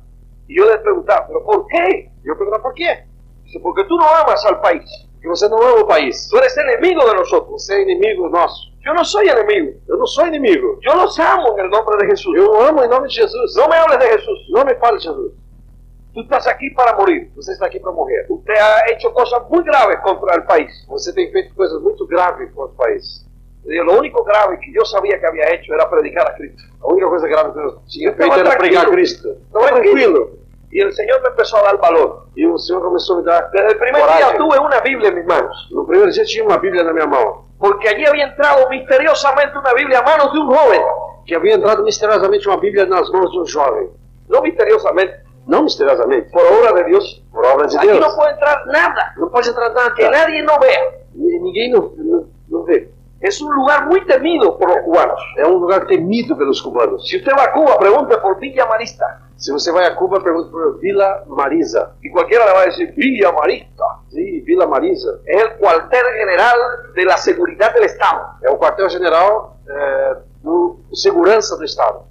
Y yo les preguntaba, ¿pero por qué?
E eu perguntava por quê?
Dice, porque tú no amas al país,
Porque você não ama o país.
tú eres enemigo de nosotros.
Você é inimigo nosso.
Yo no soy enemigo,
Eu não sou inimigo.
yo los amo en el nombre de Jesús.
Eu amo em nome de Jesus.
No me hables de Jesús,
Não me fale, Jesus.
tú estás aquí para morir.
Você está aqui para morrer.
Usted ha hecho cosas muy graves contra el país.
Você tem feito coisas muito graves contra o país.
Le digo, Lo único grave que yo sabia que había hecho era predicar a Cristo.
A única coisa grave que eu tinha
Estava
feito era pregar
tranquilo.
Cristo. Estava tranquilo.
Y el Señor me empezó a dar valor.
E o Senhor começou a me dar
Desde el primer día
coragem.
tuve una Biblia en mis manos,
No primeiro dia tinha uma Bíblia na minha mão.
porque allí había entrado misteriosamente una Biblia a manos de un joven.
Que havia entrado misteriosamente uma Bíblia nas mãos de um jovem.
No misteriosamente,
Não misteriosamente.
por obra de Dios.
Por obra de
Aquí
Deus.
no puede entrar nada,
Não pode entrar
que
nada.
nadie no vea.
Ni- Ninguém não, não, não vê.
Es un lugar muy temido por los cubanos.
É um lugar temido pelos cubanos.
Si usted va a Cuba, pregunte por Villa Marista.
Se você vai a Cuba, pergunta por Vila Marisa.
Y cualquiera le va a decir, Villa Marista.
Sim, Vila Marisa.
Es el cuartel general de la seguridad del Estado.
É o quartel-general é, do segurança do Estado.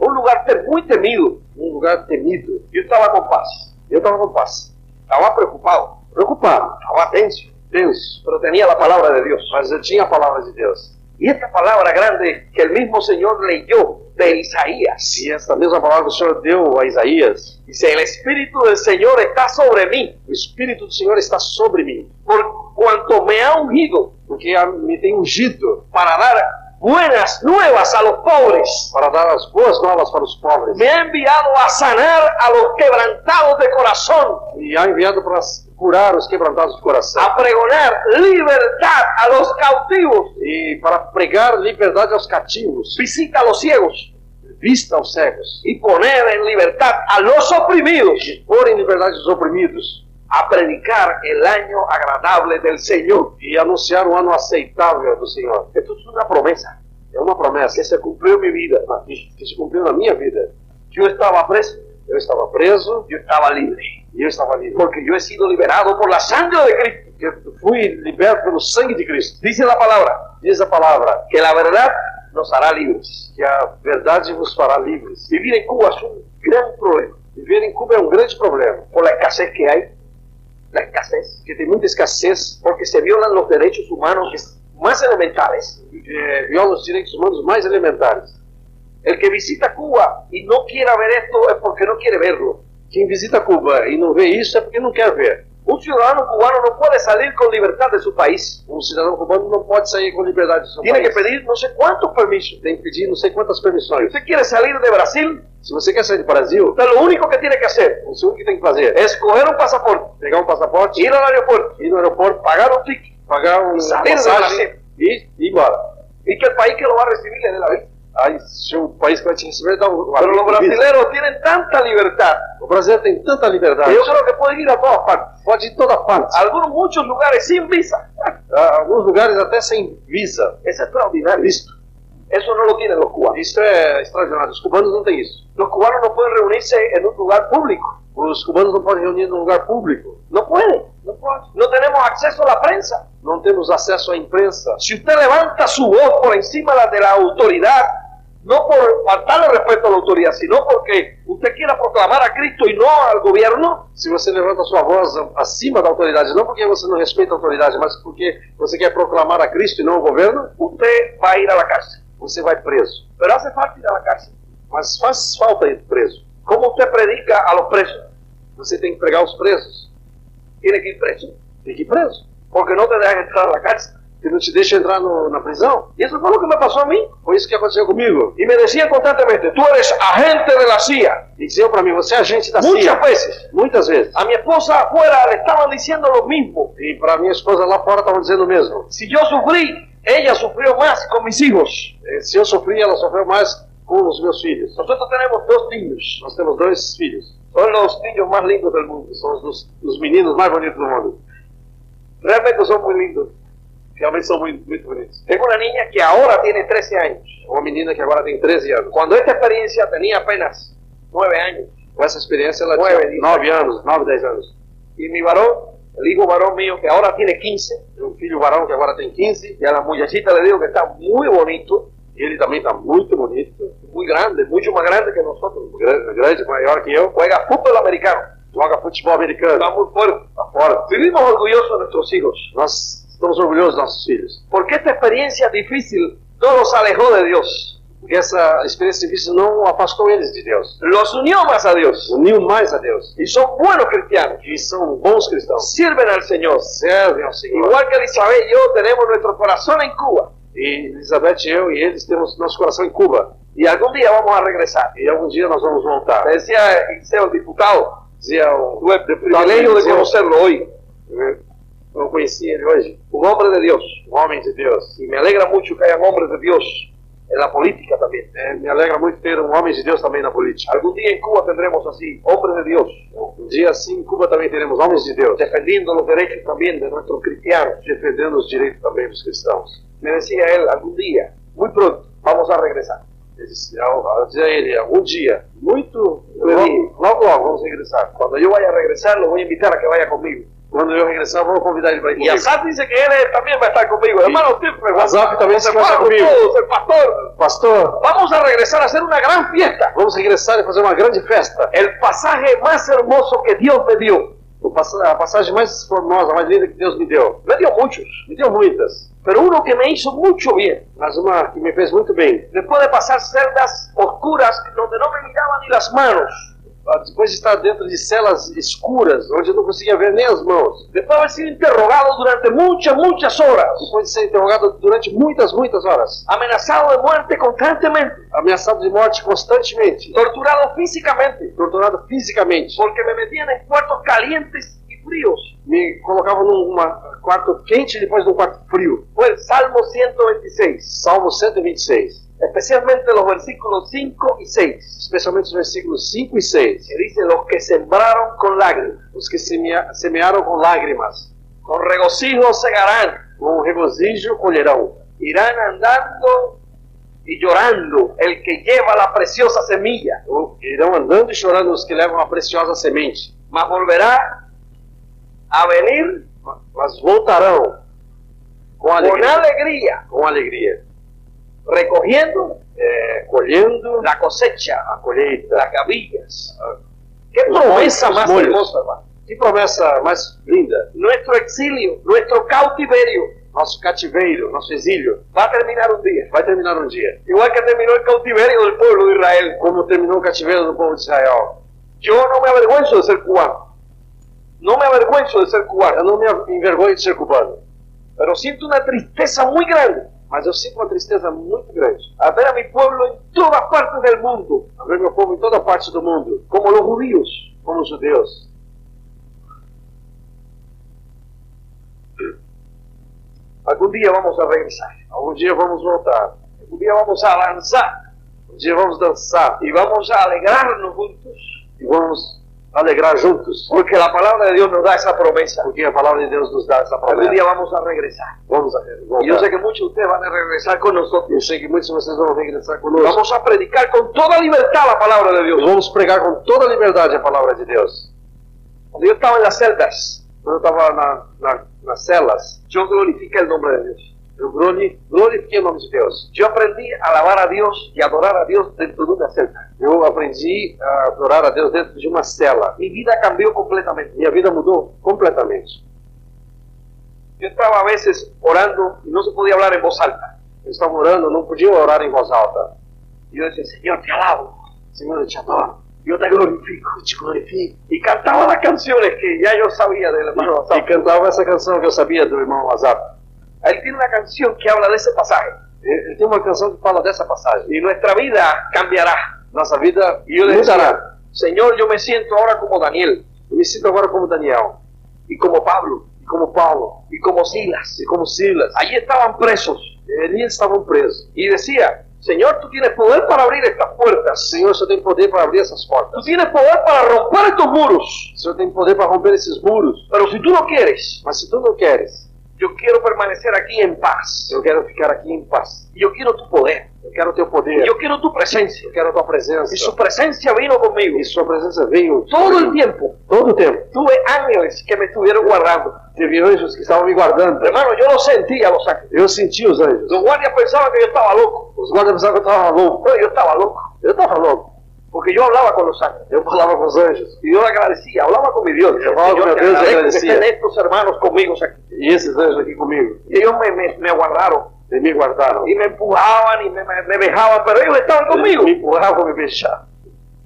un Um lugar te- muy temido.
Um lugar temido.
Yo estaba con paz,
Eu estava com paz.
estaba preocupado,
Preocupado,
estaba tenso,
tenso.
pero tenía la palabra de Dios.
Mas eu tinha a palavra de Deus.
Y esta palabra grande que el mismo Señor leyó de Isaías.
E essa mesma palavra que o Senhor deu a Isaías,
Dice, el Espíritu del Señor está sobre mí,
o Espírito do Senhor está sobre mim,
por cuanto me ha ungido
porque a- me tem ungido
para dar buenas nuevas a los pobres.
para dar as boas novas para os pobres.
Me ha enviado a sanar a los quebrantados de corazón,
E há enviado para curar os quebrantados de coração.
a pregonar libertad a los cautivos,
E para pregar liberdade aos cativos.
visita a los ciegos
Vista aos cegos.
y poner en libertad a los oprimidos,
E pôr em liberdade os oprimidos.
a predicar el año agradable del Señor.
E anunciar um ano aceitável do Senhor. É tudo uma promessa. É uma promessa. Que se cumpriu minha vida. Que se cumpriu na minha vida.
Yo estaba preso,
Eu estava preso
yo estaba libre,
e eu estava livre.
porque yo he sido liberado por la sangre de Cristo.
Eu fui liberto pelo sangue de Cristo.
Dice la palabra
Diz a palavra
que la verdad nos hará libres.
que a verdade vos fará livres.
Vivir en Cuba es un gran problema
Viver em Cuba é um grande problema.
por la escasez que hay, la escasez,
Porque tem muita escassez.
porque se violan los derechos humanos que son más elementales.
eh, viola os direitos humanos mais elementares.
El que visita Cuba y no quiera ver esto es porque no quiere verlo.
Quem visita Cuba e não vê isso é porque não quer ver.
Un ciudadano cubano no puede salir con libertad de su país.
Um cidadão cubano não pode sair com liberdade de seu
Tiene que
país.
pedir no sé cuántos permisos.
Tem que pedir não sei quantas permissões.
Si usted quiere salir de Brasil,
Se você quer sair do Brasil,
usted lo tá único que tiene que hacer
o único que tem que fazer é
es coger un pasaporte,
pegar um passaporte,
ir al aeropuerto,
ir no aeroporto, pagar,
pagar un ticket
pagar um uma
Sair do
passagem
Brasil.
e ir embora.
y que el país que lo va a recibir le dé la vida.
Aí se o país que vai te receber dá um
Pero los
um visto.
brasileños tienen tanta libertad
O brasileiro tem tanta liberdade.
que yo creo que pueden ir a todas partes. Ah,
Pode ir em toda parte.
Algunos, muchos lugares sin *laughs* visa.
Há alguns lugares até sem visa.
Es extraordinario.
Visto.
Eso no lo tienen los cubanos.
Isso
eh,
é extraordinário. Os cubanos não têm isso.
Los cubanos no pueden reunirse en un lugar público.
Os cubanos não podem reunir num lugar público.
No pueden. No, pueden. no tenemos acceso a la prensa.
Não temos acesso à imprensa.
Si usted levanta su voz por encima de la de la autoridad, no por faltarle respeto a la autoridad, sino porque usted quiera proclamar a Cristo y no al gobierno,
Se você levanta sua voz acima da autoridade, não porque você não respeita a autoridade, mas porque você quer proclamar a Cristo e não o governo,
usted va a ir a la cárcel.
você vai preso.
Pero hace falta ir a la cárcel.
Mas faz falta ir preso.
¿Cómo usted predica a los presos?
Você tem que pregar os presos. é
Tiene que ir preso.
Fique preso.
Porque no te dejan entrar a la cárcel.
Que não te deixa entrar no- na prisão.
Y eso fue lo que me pasó a mí.
Foi isso que aconteceu comigo.
Y me decían constantemente, tú eres agente de la CIA.
E diziam para mim, você é agente da CIA.
Muchas veces.
Muitas vezes.
A mi esposa afuera le estaban diciendo lo mismo.
E para minha esposa lá fora estavam dizendo o mesmo.
Si yo sufrí, ella sofrió más con mis hijos.
Eh, Se eu sofri, ela sofreu mais com os meus filhos.
Nosotros tenemos dos niños.
Nós temos dois filhos.
Son los niños más lindos del mundo.
São os, dos- os meninos mais bonitos do mundo.
Realmente son muy lindos.
Realmente são muito, muito bonitos.
Tengo una niña que ahora tiene 13 años.
Uma menina que agora tem 13 anos.
Cuando esta experiencia tenía apenas 9 años.
Com essa experiência, ela
Nueve,
tinha
diez
9 anos, 9, 10 anos.
Y mi varón, el hijo varón mío, que ahora tiene 15.
Tem um filho varão que agora tem 15.
Y a la muchachita le digo que está muy bonito,
E ele também está muito bonito.
muy grande, mucho más grande que nosotros.
Grande, grande,
"Pues,
maior que eu.
Juega fútbol americano.
Joga futebol
Está
americano.
muy fuerte.
Lá fora.
Vivimos orgullosos de nuestros hijos.
Nós estamos orgulhosos dos nossos filhos.
Porque esta experiencia difícil no los alejó de Dios.
Porque essa experiência difícil não afastou eles de Deus.
Los unió más a Deus.
Uniu mais a Deus.
Y son buenos cristianos.
E são bons cristãos.
Sirven al Señor.
Servem ao Senhor.
Igual que Elizabeth y yo tenemos nuestro corazón en Cuba.
E Elizabeth, eu e eles temos nosso coração em Cuba.
Y algún día vamos a regresar.
E algum dia nós vamos voltar.
Me decía Eliseo, el diputado,
Dizia o
tuve el privilegio de conocerlo hoy.
Eu conheci ele hoje,
Un hombre de Dios.
um homem de Deus.
Y me alegra mucho que hayan hombres de Dios en la política también.
É, me alegra muito ter um homem de Deus também na política.
Algún día en Cuba tendremos así, hombres de Dios,
Um dia assim, em Cuba também teremos homens de Deus,
defendiendo los derechos también de nuestros cristianos.
defendendo os direitos também dos cristãos.
Me decía él, algún día, muy pronto, vamos a regresar.
Ele disse, ao- ao- dizia ele, algum dia, muito
Logo,
logo, logo, logo vamos regressar.
Cuando yo vaya a regresar, lo voy a invitar a que vaya conmigo.
Quando eu regressar, vou convidar ele para ir
Y
comigo.
Azar dice que él eh, también va a estar conmigo. Hermano, siempre va
Azar también se va a estar
hermanos,
conmigo.
todos, el pastor.
Pastor,
Vamos a regresar a hacer una gran fiesta.
vamos regressar e fazer uma grande festa.
El pasaje más hermoso que Dios me dio.
O passa- A passagem mais formosa, mais linda que Deus me deu.
Me dio muchos.
Me deu muitas.
pero uno que me hizo mucho bien.
mas uma que me fez muito bem.
Después de pasar celdas oscuras donde no me miraban ni las manos,
Ah, Depois de estar dentro de celas escuras, onde eu não conseguia ver nem as mãos, Então,
después de haber sido interrogado durante muchas, muchas horas,
depois de ser interrogado durante muitas, muitas horas,
amenazado de muerte constantemente,
ameaçado de morte constantemente,
torturado físicamente,
torturado fisicamente,
porque me metían en cuartos calientes y fríos.
me colocavam num uma- quarto quente e depois num quarto frio.
Fue el Salmo 126,
Salmo 126,
especialmente los versículos 5 y 6,
especialmente os versículos 5 e 6.
que dice los que sembraron con lágrimas,
Os que semea- semearam com lágrimas,
con regocijo segarán,
com regozijo colherão.
irán andando y llorando el que lleva la preciosa semilla,
Ou Irão andando e chorando os que levam a preciosa semente,
mas volverá a venir
mas voltarão com
con
alegria,
alegría,
com alegria
recogiendo
é, colhendo
la cosecha,
a colheita.
las gavillas. Qué
Los
promesa
molhos,
más
molhos.
hermosa, hermano.
Que promessa mais linda!
Nuestro exilio, nuestro cautiverio
Nosso cativeiro, nosso exílio,
va a terminar un día.
vai terminar um dia.
Igual que terminó el cautiverio del pueblo de Israel.
Como terminou o cativeiro do povo de Israel.
Yo no me avergüenzo de ser cubano. No me avergüenzo de ser
Eu
cubano.
não me envergonho de ser cubano,
Pero siento una tristeza muy grande
mas eu sinto uma tristeza muito grande
al ver a mi pueblo en todas partes del mundo
a ver meu povo em toda parte do mundo,
como los judíos.
um como os judeus,
Algún día vamos a regresar.
Algum dia vamos voltar.
Un día vamos a danzar
Um dia vamos dançar
y vamos a alegrarnos juntos.
e vamos alegrar juntos.
Porque la palabra de Dios nos da esa promesa.
Porque a palavra de Deus nos dá essa
Algún
promessa.
día vamos a regresar.
Vamos a
Y yo sé
voltar.
que muchos de ustedes van a regresar con nosotros.
Eu sei que muitos de vocês vão regressar conosco.
Vamos a predicar con toda libertad la palabra de Dios.
Nós vamos pregar com toda a liberdade a palavra de Deus.
Cuando yo estaba en las celdas,
Quando eu estava na, na, nas celas,
yo glorifiqué el nombre de Dios.
eu glori- glorifiquei o nome de Deus.
Yo aprendí a alabar a Dios y adorar a Dios dentro de una celda.
Eu aprendi a adorar a Deus dentro de uma cela.
Mi vida cambió completamente.
Minha vida mudou completamente.
Yo estaba a veces orando y no se podía hablar en voz alta.
Eu estava orando, não podia orar em voz alta.
Y yo decía, Señor, te alabo,
Senhor, eu te adoro.
yo te glorifico.
Eu te glorifico.
Y cantaba las canciones que ya yo sabía del hermano
E
Asaf.
cantava essa canção que eu sabia do irmão Azar.
Él tiene una canción que habla de ese pasaje.
Ele tem uma canção que fala dessa passagem.
Y nuestra vida cambiará.
Nossa vida
Y yo le
mudará.
decía, Señor, yo me siento ahora como Daniel,
Eu me sinto agora como Daniel,
y como Pablo,
e como Paulo,
y como Silas.
e como Silas.
Allí estaban presos.
Eles estavam presos.
Y decía, Señor, tú tienes poder para abrir estas puertas.
Senhor, o Senhor tem poder para abrir essas
Tú
portas.
tienes poder para romper estos muros,
O Senhor tem poder para romper esses muros.
pero si tú no quieres,
Mas se tu não queres,
yo quiero permanecer aquí en paz.
eu quero ficar aqui em paz.
Yo quiero tu poder,
Eu quero o teu poder.
yo quiero tu presencia.
Eu quero a tua presença.
Y su presencia vino conmigo.
E sua presença veio
Todo el tiempo
Todo o tempo.
tuve ángeles que me estuvieron guardando.
Teve anjos que estavam me guardando.
Hermano, yo no sentía los ángeles.
Eu senti os anjos.
Los guardias pensaban que yo estaba loco.
Os guardas pensavam que eu estava louco.
No, yo estaba loco.
Eu estava louco.
Porque yo hablaba con los ángeles.
Eu falava com os anjos.
Y yo le agradecía, hablaba con mi Dios. Decía,
Hablaba con
"Señor,
mi
te
Dios y
agradezco que
agradecía".
estén estos hermanos conmigo aquí.
E esses anjos aqui comigo,
Y ellos me, me, me guardaron.
eles me guardaron.
Y me empujaban y me, me, me vejaban, pero ellos estaban conmigo.
Eles me empurravam a me beijar.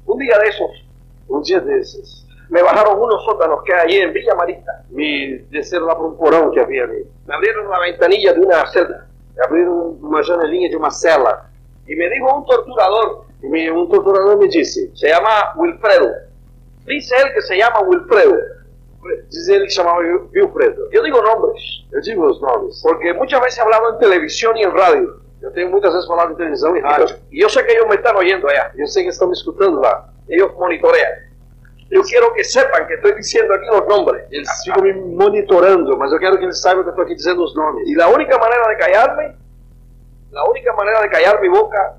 Un día de esos,
Um dia desses,
me bajaron unos sótanos que hay en Villa Marista.
me desceram lá para um porão que havia ali.
Me abrieron la ventanilla de una celda.
Abriram uma janelinha de uma cela.
Y me dijo un torturador,
E me- um torturador me disse,
se llama Wilfredo. Dice él que se llama Wilfredo.
diz ele que chamava Wil- Wilfredo.
Yo digo nombres,
Eu digo os nomes.
porque muchas veces he hablado en televisión y en radio.
Eu tenho muitas vezes falado em televisão e rádio.
Y yo sé que ellos me están oyendo allá.
E eu sei que estão me escutando lá.
Ellos monitorean. Yo quiero que sepan que estoy diciendo aquí los nombres.
Eles ficam me monitorando, mas eu quero que eles saibam que eu estou aqui dizendo os nomes.
Y la única manera de callarme, la única manera de callar mi boca,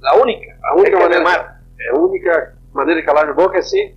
la única,
A única
es que me
maneira,
maten,
é, a única maneira de calar minha boca é assim,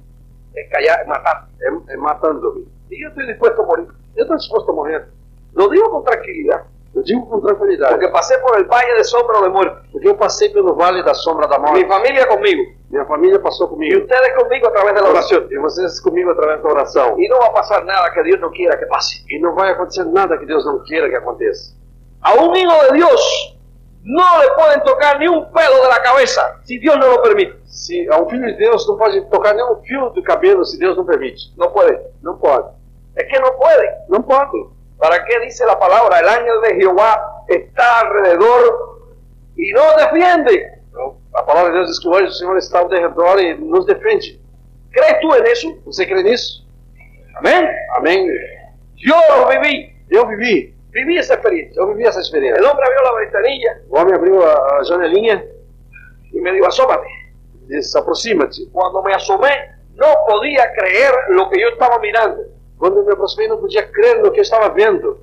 es callar, matar.
é, é matando-me.
Y yo estoy dispuesto a morir.
Eu estou disposto a morrer.
Lo digo con tranquilidad,
Eu digo com tranquilidade.
porque pasé por el valle de sombra de muerte.
Porque eu passei pelo vale da sombra da
Mi
morte.
familia conmigo,
Minha família passou
y
comigo.
ustedes conmigo a través de la oración.
E vocês comigo através da oração.
Y no va a pasar nada que Dios no quiera que pase.
E não vai acontecer nada que Deus não queira que aconteça.
a un hijo de Dios no le pueden tocar ni un pelo de la cabeza si Dios no lo permite.
Se a um filho de Deus não pode tocar nenhum fio do cabelo se Deus não permite.
No puede.
Não pode.
Es que no puede.
Não pode.
¿Para qué dice la palabra? El ángel de Jehová está alrededor y no defiende.
Então, a palavra de Deus diz que o anjo do Senhor está ao derredor e nos defende.
¿Crees tú en eso?
Você crê nisso?
Amén.
Amém?
Yo lo viví.
Eu vivi.
Viví esa experiencia.
Eu vivi essa experiência.
El hombre abrió la ventanilla
O homem abriu a a janelinha
y me dijo, asómate.
e disse, aproxima-te.
Cuando me asomé, no podía creer lo que yo estaba mirando.
Quando eu me aproximei, não podia crer no que eu estava vendo.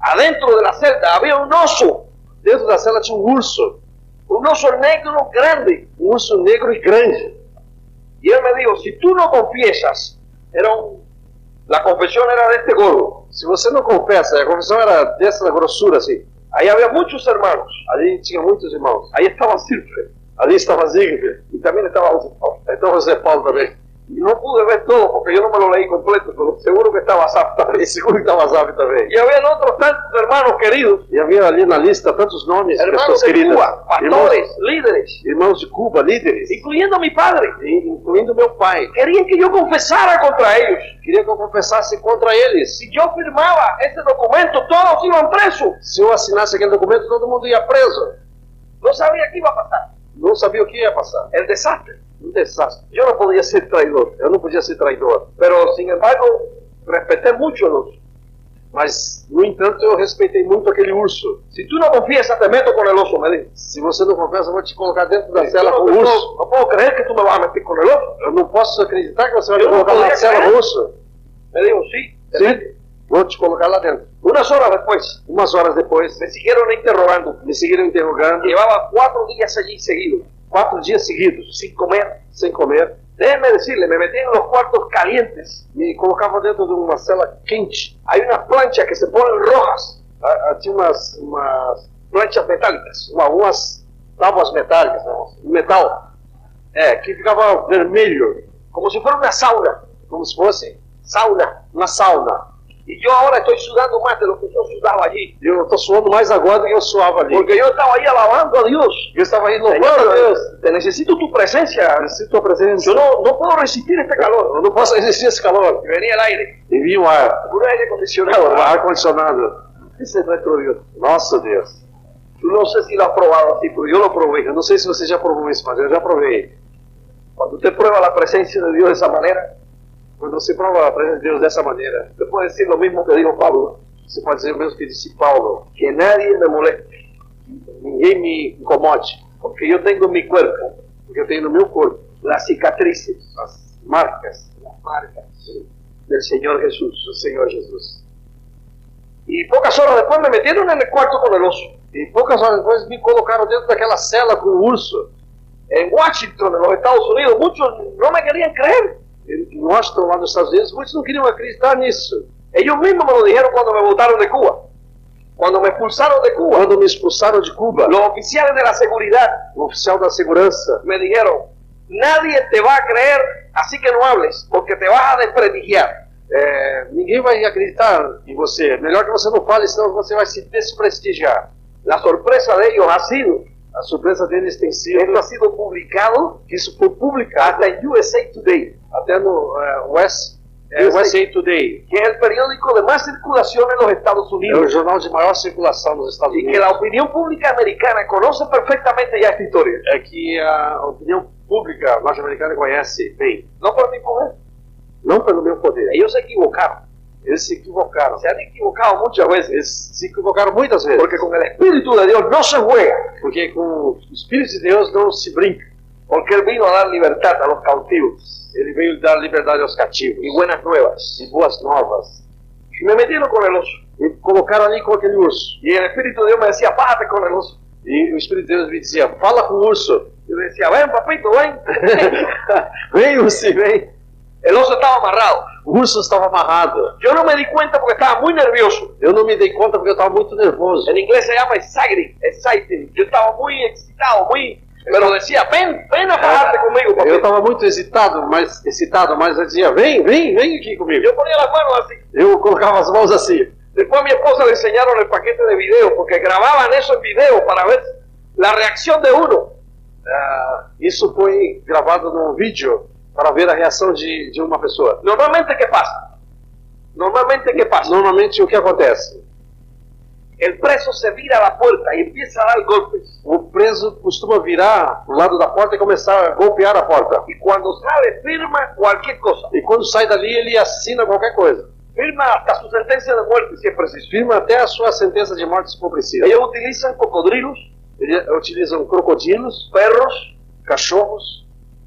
Adentro de la celda había un oso,
Dentro da cela tinha um urso.
un oso negro grande.
Um urso negro e grande.
Y él me dijo, si tú no confiesas, era un... La confesión era de este gordo.
Se você não confessa, a confissão era dessa grossura assim.
Ahí había muchos hermanos.
Ali tinha muitos irmãos.
Ahí estaba Silfred.
Ali estava Zígrafo.
Y también estaba José Pablo.
Então José Paulo também.
Y no pude ver todo porque yo no me lo leí completo, pero seguro que
tá
estaba Zap
E
también.
*laughs* seguro que estava Zab também.
Y habían otros tantos hermanos queridos.
E havia ali na lista tantos nomes de
Hermanos
pessoas
de
queridas.
Cuba, pastores,
Irmãos,
líderes,
irmãos de Cuba, líderes.
incluyendo a mi padre.
e- Incluindo meu pai.
Querían que yo confesara contra ellos.
Queria que eu confessasse contra eles.
Si yo firmaba ese documento, todos iban presos.
Se eu assinasse aquele documento, todo mundo ia preso.
No sabía qué iba a pasar.
Não sabia o que ia passar.
El É desastre.
Um desastre.
Yo no podía ser traidor,
Eu não podia ser traidor.
pero sin embargo respeté mucho los.
Mas, no entanto, eu respeitei muito aquele urso.
Si tú no confiesas, te meto con el oso, me dijo.
Se você não confessa, eu vou te colocar dentro da
Yo
cela
no,
com o
no-
urso.
no puedo creer que tú me vas a meter con el oso.
Eu não posso acreditar que você vai me
Eu não É
colocar na
poderia
cela
crer.
com o urso.
Me dijo, sí. te meto.
Sim, vou te colocar lá dentro.
Unas horas después,
Umas horas depois,
me siguieron interrogando.
me seguiram interrogando
Llevaba cuatro días allí seguidos,
quatro dias seguidos,
sin comer.
sem comer.
Déjenme decirle, me metían en los cuartos calientes.
Me colocavam dentro de uma cela quente.
Hay unas planchas que se ponen rojas,
Ah, ah, Tinha umas, umas,
planchas metálicas.
uma- umas tábuas metálicas, né? metal,
Eh,
é, que ficava vermelho,
como si fuera una sauna,
como se fosse
sauna.
uma sauna.
Y yo ahora estoy sudando más de lo que yo sudaba allí,
Eu estou suando mais agora do que eu suava ali.
porque yo estaba ahí alabando a Dios.
eu estava aí louvando
Señor,
a Deus.
te necesito tu presencia.
Preciso tua presença.
Yo no, no puedo resistir este calor.
Eu não posso resistir a esse calor.
Y venía el aire,
E vi um ar,
un aire acondicionado.
um ar condicionado.
Ese es nuestro Dios.
Nossa Deus.
Tú no sé si lo has probado así, pero yo lo probé.
tipo, Eu não sei se você já provou isso, mas eu já provei.
Cuando usted prueba la presencia de Dios de esa manera,
Quando você prova a presença de Deus dessa maneira,
usted puede decir lo mismo que dijo Pablo,
você pode dizer o mesmo que disse Paulo:
que nadie me moleste,
ninguém me incomode,
porque yo tengo en mi cuerpo
porque eu tenho no meu corpo
las cicatrices,
as marcas
las marcas del Señor Jesús.
do Senhor Jesus.
Y pocas horas después me metieron en el cuarto con el oso.
E poucas horas depois me colocaram dentro daquela cela com o urso.
En Washington, en los Estados Unidos, muchos no me querían creer.
Em Washington, lá nos Estados Unidos, muitos não queriam acreditar nisso.
Ellos mismos me lo dijeron cuando me votaron de Cuba. Cuando me expulsaron de Cuba,
Quando me expulsaram de Cuba,
los oficiales de la seguridad
o oficial da segurança
me dijeron, nadie te va a creer, así que no hables, porque te vas a desprestigiar.
É, ninguém vai acreditar em você. Melhor que você não fale, senão você vai se desprestigiar.
La sorpresa de ellos ha sido,
A surpresa deles tem sido
esto ha sido publicado,
que isso foi publicado
hasta en USA Today,
até no é, West, é,
USA.
USA Today.
que es el periódico de más circulación en los Estados
É o
Unidos,
jornal de maior circulação nos Estados
y que la
Unidos.
opinión pública americana conoce perfectamente ya esta historia.
É que a opinião pública norte-americana conhece bem.
No por mi poder.
Não pelo meu poder.
Ellos se equivocaron.
Eles se equivocaram.
Se han equivocado muchas
Eles
veces.
se equivocaram muitas vezes.
Porque con el Espíritu de Dios no se juega.
Porque com o Espírito de Deus não se brinca.
Porque Él vino a dar libertad a los cautivos
Ele veio dar liberdade aos cativos
y buenas nuevas.
e boas novas.
Y me metieron con el oso.
E colocaram ali com aquele urso.
Y el Espíritu de Dios me decía, bájate con el oso.
E o Espírito de Deus me dizia: fala com o urso.
Yo le decía, ven, papito, *laughs* ven.
vem, urso, vem.
el oso estaba amarrado.
O urso estava amarrado.
Yo no me di cuenta porque estaba muy nervioso.
Eu não me dei conta porque eu estava muito nervoso.
En inglés se llama exciting, exciting. Yo estaba muy excitado, muy... Pero decía, ven, ven a bajarte conmigo,
Eu
papito.
estava muito hesitado, mas excitado, mas eu dizia: vem, vem, vem aqui comigo.
Yo ponía las manos así.
Eu colocava as mãos assim.
Después a mi esposa le enseñaron el paquete de video, porque grababan esos videos para ver la reacción de uno.
Ah, isso foi gravado num vídeo para ver a reação de, de uma pessoa.
Normalmente, ¿qué pasa? Normalmente, ¿qué pasa?
Normalmente, o que acontece?
El preso se vira a la puerta y empieza a dar golpes.
O preso costuma virar o lado da porta e começar a golpear a porta.
Y cuando sale, firma cualquier cosa.
E quando sai dali, ele assina qualquer coisa.
Firma hasta su sentencia de muerte, si es preciso.
Firma até a sua sentença de morte se for preciso.
Ellos utilizan cocodrilos,
Eles utilizam crocodilos,
perros,
cachorros.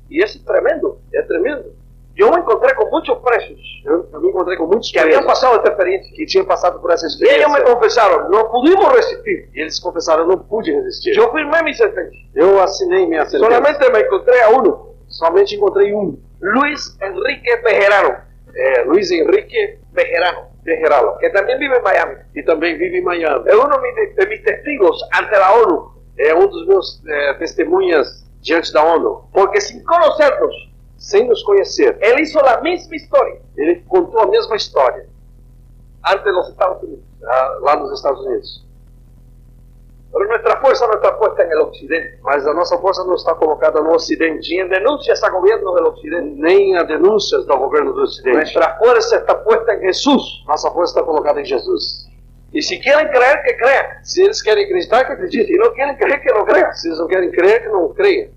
y es tremendo.
É tremendo.
Yo me encontré con muchos presos
Eu, eu me encontrei com muitos
que habían
presos
pasado esta experiencia.
que tinham passado por essa
Y ellos me
experiência.
confesaron, no pudimos resistir.
E eles confessaram, eu não pude resistir.
Yo firmé mi sentencia.
Eu assinei minha sentença.
Solamente me encontré a uno,
Somente encontrei um.
Luis Enrique Pejerano,
É, Luiz Henrique
Pejerano,
Ferrerala.
que también vive en Miami.
E também vive em Miami.
Es uno de mis, de mis testigos ante la ONU,
É um dos meus é, testemunhas diante da ONU.
porque sin conocernos,
Sem nos conhecer,
él hizo la misma historia
ele contou a mesma história
ante los Estados Unidos.
ah, lá nos Estados Unidos.
Pero nuestra fuerza no está puesta en el occidente,
Mas a nossa força não está colocada no Ocidente,
ni en denuncias a gobiernos del occidente.
nem a denúncias do governo do Ocidente.
Nuestra fuerza está puesta en Jesús.
Nossa força está colocada em Jesus.
Y si quieren creer, que crean.
Se eles querem acreditar, que acreditem.
Si no quieren creer, que no crean.
Se eles não querem crer, que não creiam.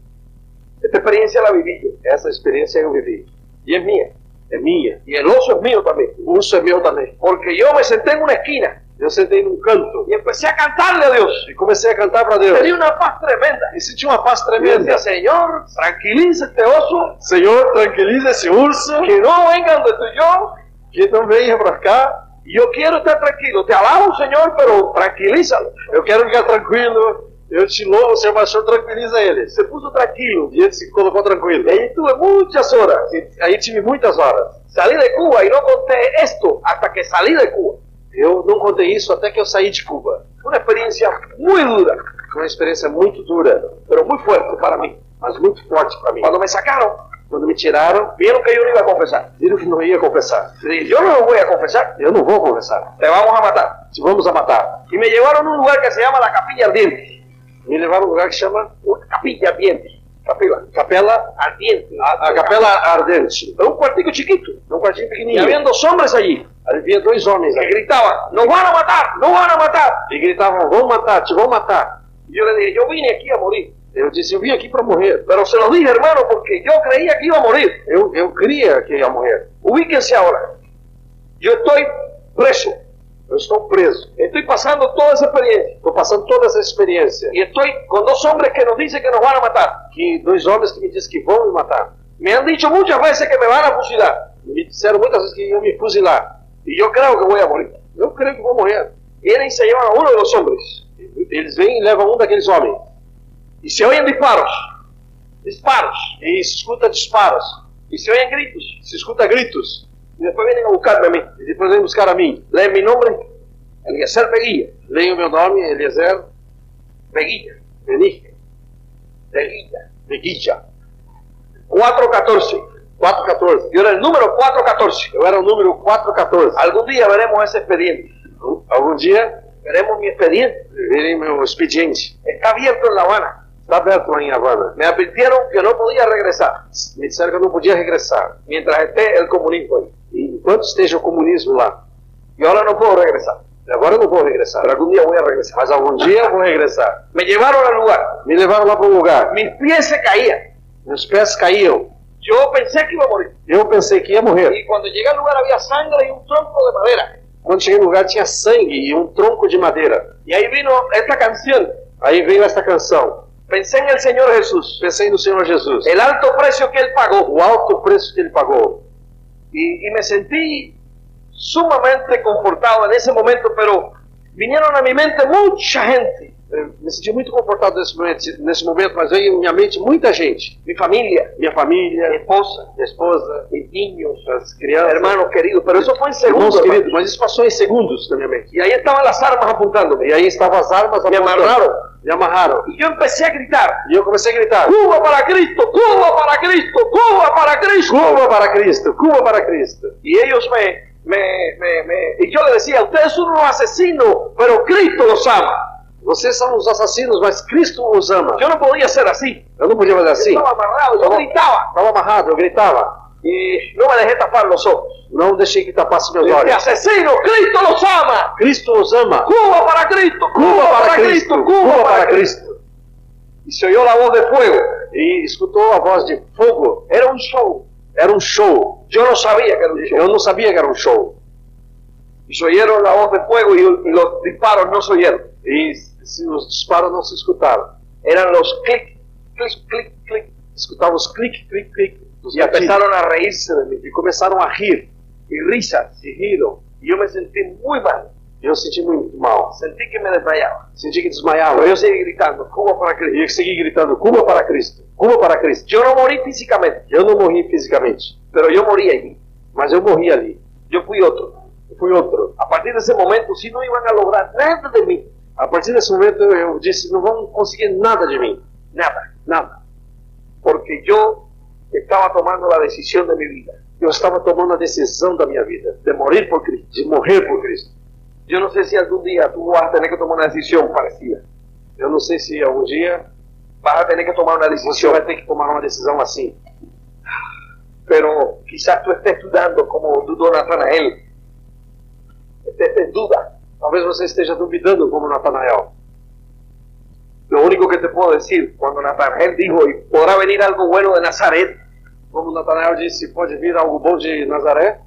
Esta experiencia la viví yo.
Essa experiência eu vivi.
Y es mía.
É minha.
Y el oso es mío también.
O urso é meu também.
Porque yo me senté en una esquina
Eu sentei num canto
y empecé a cantarle a Dios.
e comecei a cantar para Deus.
Tenía una paz tremenda.
E senti uma paz
Y yo
tremenda.
decía, Señor, tranquiliza este oso.
Senhor, tranquiliza esse urso,
Que no vengan de tú y yo.
que não venha pra cá.
Yo quiero estar tranquilo. Te alabo, Señor, pero tranquilízalo.
Eu quero ficar tranquilo. Eu te louvo, Senhor, mas o Senhor tranquiliza ele.
Se puso tranquilo.
E ele se colocou tranquilo.
Y ahí estuve muchas horas.
E aí tive muitas horas.
Salí de Cuba y no conté esto hasta que salí de Cuba.
Eu não contei isso até que eu saí de Cuba.
Una experiencia muy dura,
Foi uma experiência muito dura,
pero muy fuerte para mí.
mas muito forte para mim.
Cuando me sacaron,
Quando me tiraram,
vieron que yo no iba a confesar.
viram que não ia confessar.
Y dije, yo no lo voy a confesar,
Eu não vou confessar.
te vamos a matar.
Te vamos a matar.
Y me llevaron a un lugar que se llama la Capilla Ardiente.
Me levaram a um lugar que chama
Una capilla ardiente. Capilla.
Capela,
Ardiente.
a Capela Ardente.
Era un cuartico chiquito.
Num quartinho
Y
pequenininho.
habían dos hombres allí
Havia dois homens
que
ali.
gritaban, nos van a matar, nos van a matar.
E gritavam, vão matar, te vão matar.
Y yo le dije, yo vine aquí a morir.
Eu disse, eu vim aqui para morrer.
Pero se los dije, hermano, porque yo creía que iba a morir.
Eu, eu cria que ia morrer.
Ubíquense ahora. Yo estoy preso.
Eu estou preso.
Estoy pasando toda esa experiencia.
Estou passando toda essa experiência.
Y estoy con dos
um
hombres que nos dicen que nos van a matar.
Que dois homens que me dizem que vão me matar.
Me han dicho muchas veces que me van a fusilar.
Me disseram muitas vezes que iam me fuzilar.
Y yo creo que voy a morir.
Eu creio que vou morrer.
Vienen y se llevan a uno de los hombres.
Eles vêm e levam um daqueles homens.
Y se oyen disparos. Disparos.
E se escuta disparos.
Y se oyen gritos.
Se escuta gritos.
Y después vienen a buscarme a mí.
E depois vêm buscar a mim.
Leen mi nombre. Eliezer Beguilla.
Leem o meu nome, Eliezer
Beguilla.
Benigre.
Beguilla.
Beguija.
414.
414.
Yo era el número 414.
Eu era o número 414.
Algún día veremos ese expediente.
Algum dia,
Veremos mi expediente.
virem meu expediente.
Está abierto en La Habana.
Está aberto lá em Havana.
Me advirtieron que no podía regresar
Me disseram que eu não podia regressar.
mientras esté el comunismo ahí.
Enquanto esteja o comunismo lá.
Y ahora no puedo regresar.
Agora eu não vou regressar.
Pero algún día voy a regresar.
Mas algum dia eu vou regressar.
Me llevaron al lugar.
Me levaram lá para um lugar.
Mis pies se caían.
Meus pés caíam.
Yo pensé que iba a morir.
Eu pensei que ia morrer.
Y cuando llegué al lugar había sangre y un tronco de madera.
Quando cheguei no lugar tinha sangue e um tronco de madeira.
Y ahí vino esta canción.
Aí veio esta canção.
Pensé en el Señor Jesús.
Pensei no Senhor Jesus.
El alto precio que Él pagó.
O alto preço que ele pagou.
Y, y me sentí sumamente confortado en ese momento, pero vinieron a mi mente mucha gente.
Eu me senti muito confortado nesse momento, nesse momento, mas veio em minha mente muita gente.
Mi familia,
Minha
mi
família,
esposa,
minha esposa,
mis niños,
as crianças.
hermanos queridos. Pero eso fue en
Irmãos
segundos.
queridos,
hermano.
mas isso passou em segundos na minha mente.
Y ahí estaban las armas apuntándome.
E aí estavam as armas
Me
apontando.
amarraram.
Me amarraram.
Y yo empecé a gritar.
E eu comecei a gritar:
Cuba para Cristo, Cuba para Cristo, Cuba para Cristo.
Cuba para Cristo, Cuba para Cristo.
Y ellos me,
me- me- me- y yo le decía, ustedes son unos asesinos, pero Cristo los ama.
Vocês são os assassinos, mas Cristo os ama.
Yo no podía ser así.
Eu não podia fazer assim.
Estaba amarrado, yo gritaba
Estava amarrado, eu gritava.
y no me dejé tapar los ojos.
Não deixei que tapasse meus
Este
olhos.
asesino, Cristo los ama.
Cristo os ama.
Cuba para Cristo,
Cuba para Cristo, Cuba para Cristo.
Y se oyó la voz de fuego.
E escutou a voz de fogo.
Era un show.
Era um show.
Yo no sabía que era un show.
Eu não sabia que era um show.
Y se oyeron la voz de fuego y los disparos no se oyeron.
E se os disparos não se escutaram.
Eran los clic, clic, clic, clic.
Escutavam os clique, clique, clique. dos
Y
gatilhos.
empezaron a reírse de mí.
E começaram a rir.
Y risas, y giro. Y yo me sentí muy mal.
E eu senti muito mal.
Sentí que me desmayaba.
Senti que desmaiava.
Pero yo seguí gritando, Cuba para Cristo.
E eu segui gritando: Cuba para Cristo, Cuba para Cristo.
Yo no morí físicamente,
Eu não morri fisicamente,
pero yo morí allí.
mas eu morri ali.
Yo fui otro.
Eu fui outro.
A partir de ese momento, si no iban a lograr nada de mí,
A partir desse momento eu, eu disse: não vão conseguir nada de mim.
nada,
Nada.
porque yo estaba tomando la decisión de mi vida.
Eu estava tomando a decisão da minha vida
de morir por Cristo.
de morrer por Cristo.
Yo no sé si algún día tú vas a tener que tomar una decisión parecida.
Eu não sei se algum dia
Vas a tener que tomar una
você
decisión,
vai ter que tomar uma decisão assim.
pero quizás tú estés dudando como dudó Natanael. Estés en duda.
Talvez você esteja duvidando, como Natanael.
Lo único que te puedo decir, cuando Natanael dijo, y podrá venir algo bueno de Nazaret,
Como Natanael disse: pode vir algo bom de Nazaré?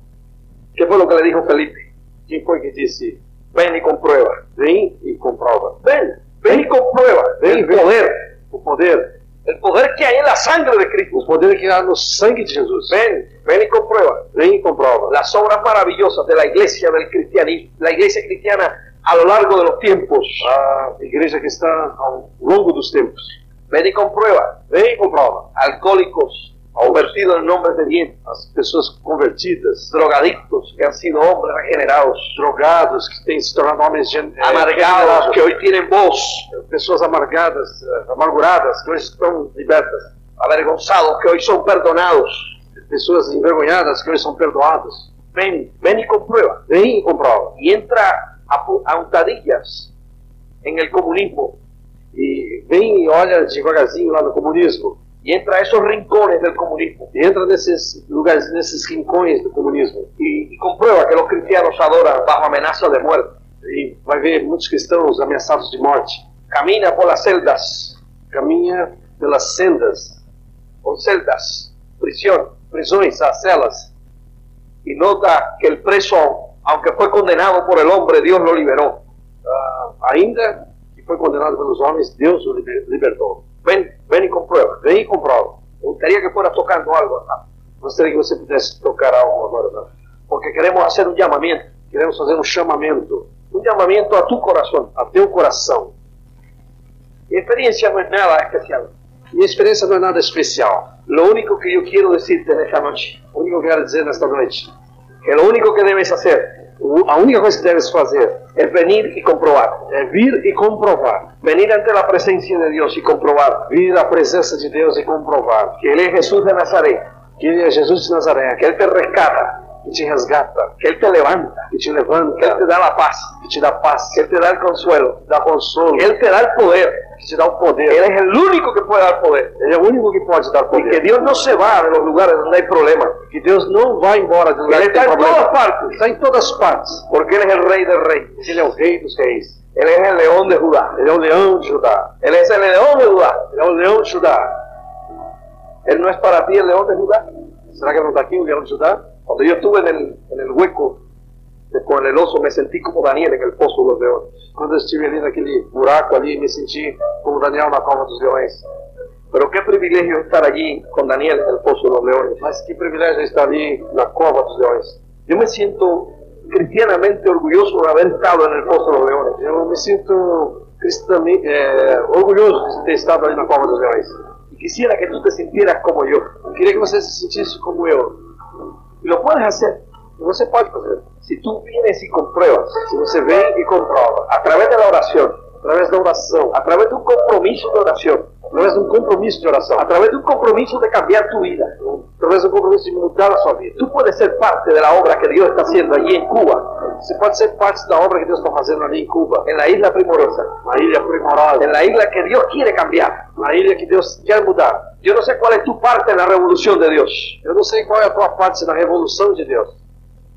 ¿qué fue lo que le dijo Felipe?
Quem foi que disse:
Ven y comprueba.
vem e comprova?
Ven, ven y comprueba el poder,
O poder.
el poder que hay en la sangre de
O
Cristo.
poder que há no sangue de Jesus.
Ven, ven y comprueba.
Vem e comprova.
las obras maravillosas de la iglesia del cristianismo, la iglesia cristiana a lo largo de los tiempos.
a igreja cristã ao longo dos tempos.
Ven y comprueba,
Vem e comprova.
alcohólicos convertidos en hombres de bien,
As pessoas convertidas,
drogadictos que han sido hombres regenerados,
drogados, que têm se tornado homens gen- eh,
amargados que
regenerados,
hoy tienen voz,
pessoas amargadas, eh, amarguradas, que hoje estão libertas,
avergonzados que hoy son perdonados.
pessoas envergonhadas, que hoje são perdoadas.
Ven, ven y comprueba.
Vem e comprova.
Y entra a, pu- a untadillas en el comunismo
E vem e olha devagarzinho lá no comunismo.
y entra a esos rincones del comunismo
E entra nesses lugares, nesses rincões do comunismo.
y, y comprueba que los cristianos adoran bajo amenaza de muerte.
E vai ver muitos cristãos ameaçados de morte.
camina por las celdas,
Caminha pelas sendas
por celdas, prisión,
prisões, as celas,
y nota que el preso, aunque fue condenado por el hombre, Dios lo liberó.
ah, ainda que foi condenado pelos homens, Deus o liber- libertou.
Ven, ven y comprueba.
Vem e comprova.
Me gustaría que fuera tocando algo, hermano,
Gostaria que você pudesse tocar algo agora. Né?
porque queremos hacer un llamamiento,
um Queremos fazer um chamamento
un llamamiento a tu corazón.
a teu coração.
Mi experiencia
é
no es nada especial.
Minha experiência não é nada especial.
Lo único que yo quiero decirte en esta noche,
O único que eu quero dizer nesta noite, é
que lo único que debes hacer
o- a única coisa que deves fazer
es venir y comprobar.
é vir e comprovar.
Venir ante la presencia de Dios y comprobar
Vir à presença de Deus e comprovar é
que Él es Jesús de Nazaret,
que Ele é Jesus de Nazaré,
que Él te rescata,
que te resgata,
que Él te levanta,
que te
que Él te
levanta,
da la paz,
que te dá paz,
Él te da el consuelo,
que te dá consolo,
Él te da el poder,
que te dá o
Él
poder.
es el único que puede dar poder.
Ele é o único que pode dar
Y que
poder.
Dios no se va de los lugares donde hay problemas,
Que Deus não vai embora de lugar
Ele
que tem
está em
este problema.
todas partes.
Está em todas partes.
porque Él es el rey del rey,
Ele é o rei dos reis.
Él es el león de Judá,
Ele é o leão de Judá.
Él es el león de Judá,
Ele é o leão de Judá.
Él no es para ti el león de Judá.
Será que não está aqui o leão de Judá?
Cuando yo estuve en el, en el hueco de- con el oso, me sentí como Daniel en el pozo de los leones.
Quando eu estive ali naquele buraco ali, me senti como Daniel na cova dos leões.
Pero qué privilegio estar allí con Daniel en el pozo de los leones.
Mas que privilégio é estar ali na cova dos leões.
Yo me siento cristianamente orgulloso de haber estado en el pozo de los leones.
Eu me sinto cristamente é, orgulhoso de ter estado ali na cova dos leões.
Y quisiera que tú te sintieras como yo.
Eu queria que você se sentisse como eu.
Y lo puedes hacer.
Você pode fazer.
Si tú vienes y compruebas,
Se você vem e comprova,
a través de la oración,
através da oração,
a través de un compromisso de oración,
através de um compromisso de oração,
a través de un compromiso de cambiar tu vida,
um
através de um compromisso de mudar a sua vida.
Tú puedes ser parte de la obra que Dios está haciendo allí en Cuba,
Você pode ser parte da obra que Deus está fazendo ali em Cuba,
en la isla primorosa,
na ilha primorada,
en la isla que Dios quiere cambiar.
na ilha que Deus quer mudar.
Yo no sé cuál es tu parte en la revolución de Dios,
Eu não sei qual é a tua parte na revolução de Deus,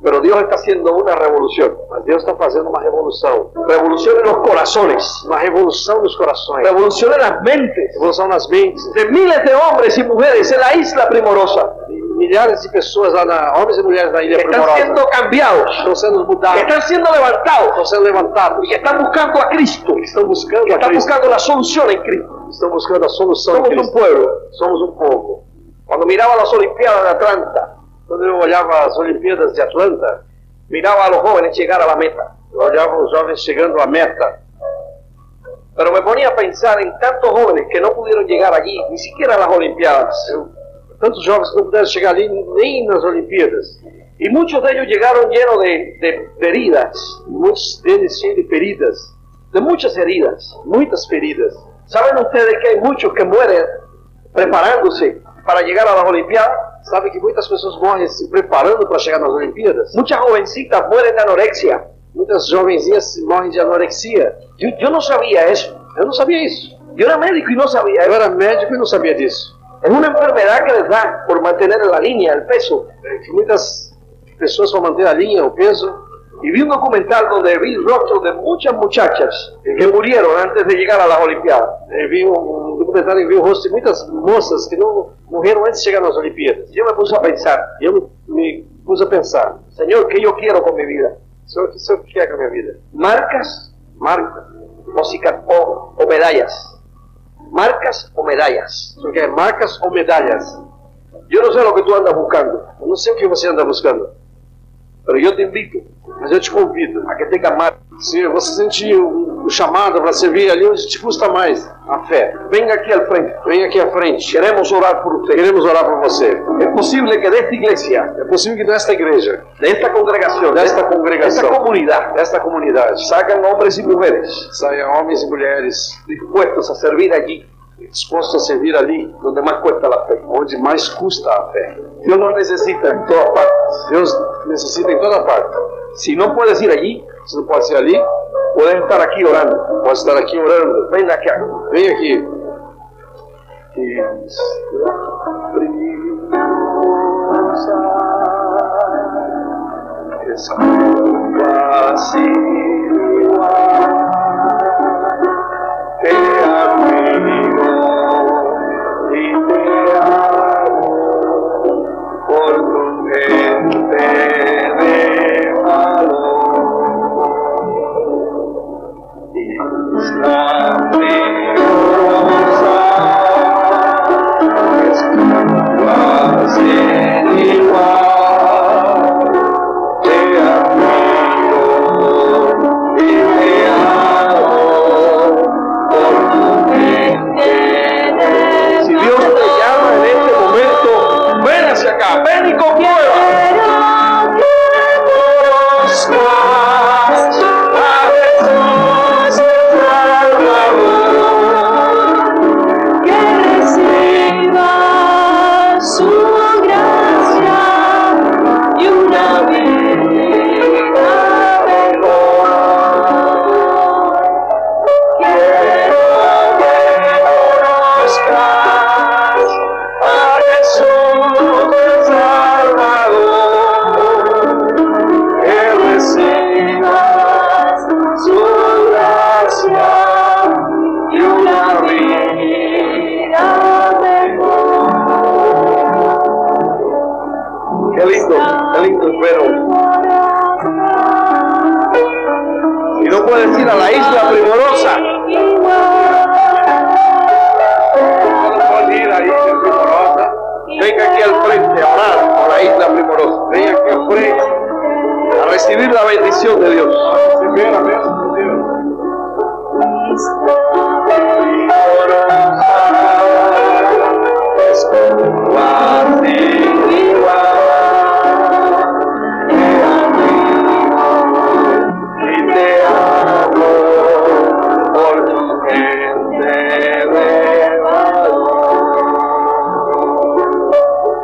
pero Dios está haciendo una revolución.
mas Deus está fazendo uma revolução.
Revolución en los corazones,
Uma revolução nos corações,
revolución en las mentes
revolução nas mentes.
de miles de hombres y mujeres en la isla primorosa
Milhares de pessoas lá, na, homens e mulheres na ilha
que están
primorosa,
siendo cambiados,
estão sendo
que
mudados,
están siendo levantados
estão sendo levantados,
y que están buscando a Cristo,
estão buscando
que
a
están
Cristo,
buscando la solución en Cristo.
estão buscando a solução. em
Somos un
Cristo.
pueblo.
Somos um povo.
Cuando miraba las Olimpiadas de Atlanta,
Quando eu olhava as Olimpíadas de Atlanta,
miraba a los jóvenes llegar a la meta.
eu olhava os jovens chegando à meta.
Pero me ponía a pensar en tantos jóvenes que no pudieron llegar allí, ni siquiera a las Olimpiadas.
Tantos jovens que não puderam chegar ali nem nas Olimpíadas.
Y muchos de ellos llegaron llenos de, de- de heridas,
Muitos deles cheios de feridas,
de muchas heridas.
muitas feridas.
¿Saben ustedes que hay muchos que mueren preparándose para llegar a las Olimpiadas?
Sabe que muitas pessoas morrem se preparando para chegar nas Olimpíadas?
Muchas jovencitas mueren de anorexia.
Muitas jovenzinhas morrem de anorexia.
Yo, yo no sabía eso.
Eu não sabia isso.
Yo era médico y no sabía
Eu
eso.
era médico e não sabia disso.
Es una enfermedad que les da por mantener la línea, el peso. Eh,
É que muitas pessoas, para manter a linha, o peso,
Y vi un documental donde vi rostros de muchas muchachas que murieron antes de llegar a las Olimpiadas. Eh,
eu vi um, um documentário que viu o rosto de muitas moças que não morreram antes de chegar nas Olimpíadas.
Yo me puse a pensar,
E eu me pus a pensar:
Señor, ¿qué yo quiero con mi vida?
Senhor, o que o senhor quer com a minha vida?
¿Marcas
Marca.
o, cica- o- o medallas. Marcas o medallas.
O senhor quer marcas ou medalhas?
Yo no sé lo que tú andas buscando,
Eu não sei o que você anda buscando,
pero yo te invito
mas eu te convido.
a que tengas marcas.
Se você sentir o, o chamado para servir ali onde te custa mais a fé,
Venga aquí al frente.
vem aqui à frente.
Queremos orar por usted.
Queremos orar por você.
Es posible que de esta iglesia,
É possível que nesta igreja,
de esta congregación, de
Desta congregação.
de esta comunidad,
nesta comunidade,
salgan hombres y mujeres
saia homens e mulheres
dispuestos a servir allí
dispostos a servir ali
donde más cuesta la fe.
onde mais custa a fé.
Dios nos necesita en todas partes.
Deus necessita em toda parte.
Si no puedes ir allí,
Você não pode ser ali,
puedes estar aquí orando.
pode estar aqui orando.
Ven aquí.
Vem aqui.
é Si Dios te llama en este momento, ven hacia acá, ven y comprueba.
Su gracia y una vida
Qué lindo, qué lindo espero. Si no puedes ir a la isla primorosa, venga aquí al frente a orar por la isla primorosa. Venga aquí al frente a recibir la bendición de Dios.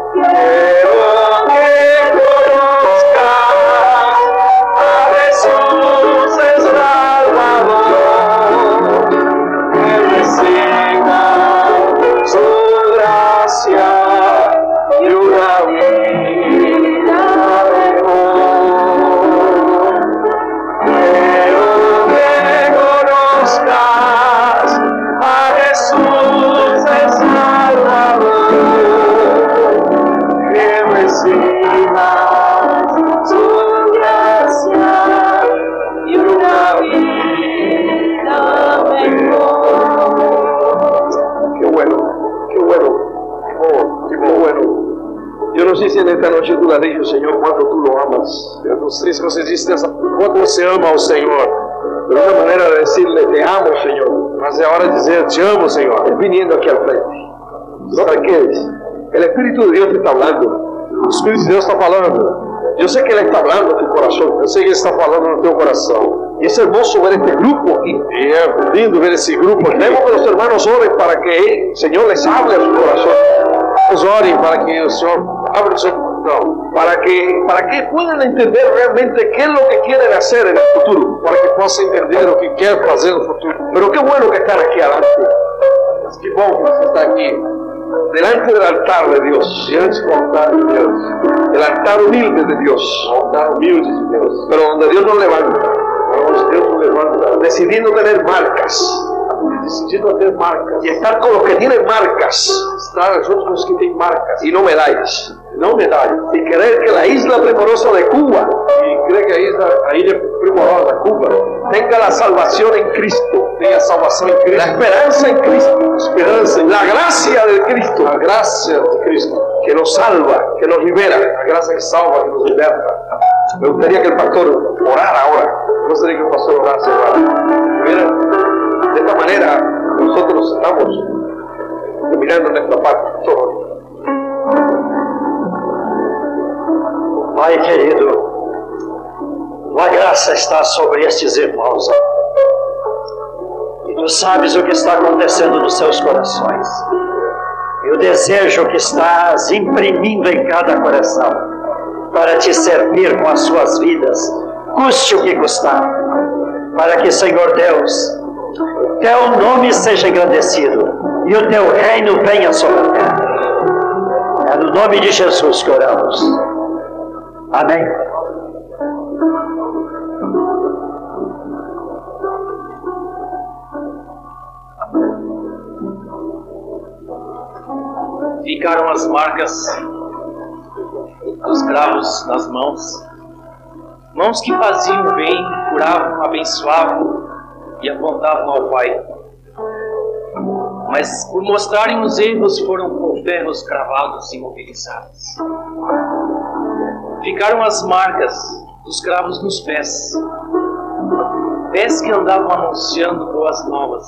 Queremos
dicen esta noche, tú ladrillo, Señor, cuánto tú lo amas.
Eu não sei se você disse dessa, quanto você ama ao Senhor,
Pero una manera de decirle, te amo, Señor,
mas é hora de dizer: Te amo, Senhor.
es viniendo aquí al frente. No
é
tranquees. El Espíritu de Dios te está hablando.
tá O Espírito de Deus está falando.
Yo sé que
é
Él está
tá
hablando a tu corazón.
Eu sei que Ele está falando no teu coração.
Y es hermoso ver este grupo aquí.
E é lindo ver esse grupo
Queremos
aqui.
que los hermanos oren para que el Señor les hable a su corazón.
Vamos orem para que o Senhor abra o seu coração,
Para que, para que puedan entender realmente qué es lo que quieren hacer en el futuro.
para que possa entender o que quer fazer no futuro.
Pero qué bueno que están aquí adelante.
Mas que bom que você está aqui,
delante del altar de Dios,
diante do altar de Deus,
el altar humilde de Dios,
o altar humilde de Deus,
pero donde Dios nos levanta,
onde Deus nos levanta,
decidiendo tener marcas
decidido a ter marcas,
y estar con los que tienen marcas
estar junto com os que têm marcas,
y no medallas,
não medalhas.
y creer que la isla primorosa de Cuba
E crê que a ilha, a ilha primorosa, Cuba,
tenga la salvación en Cristo,
tem a salvação em
la
Cristo,
esperanza en Cristo,
a esperança em
la gracia de Cristo
a graça de Cristo,
que nos salva, que nos libera.
a graça que salva, que nos liberta.
Me gustaría que el pastor orara ahora.
Gostaria que o pastor orasse agora.
Mira, de esta manera nosotros estamos terminando nuestra parte.
Pai querido, tua graça está sobre estes irmãos. E tu sabes o que está acontecendo nos seus corações. E o desejo que estás imprimindo em cada coração para te servir com as suas vidas, custe o que custar. Para que, Senhor Deus, teu nome seja engrandecido e o teu reino venha sobre a terra. É no nome de Jesus que oramos. Amém.
Ficaram as marcas dos cravos nas mãos. Mãos que faziam o bem, curavam, abençoavam e apontavam ao Pai. Mas por mostrarem os erros, foram com ferros cravados e mobilizados. Ficaram as marcas dos cravos nos pés. Pés que andavam anunciando boas novas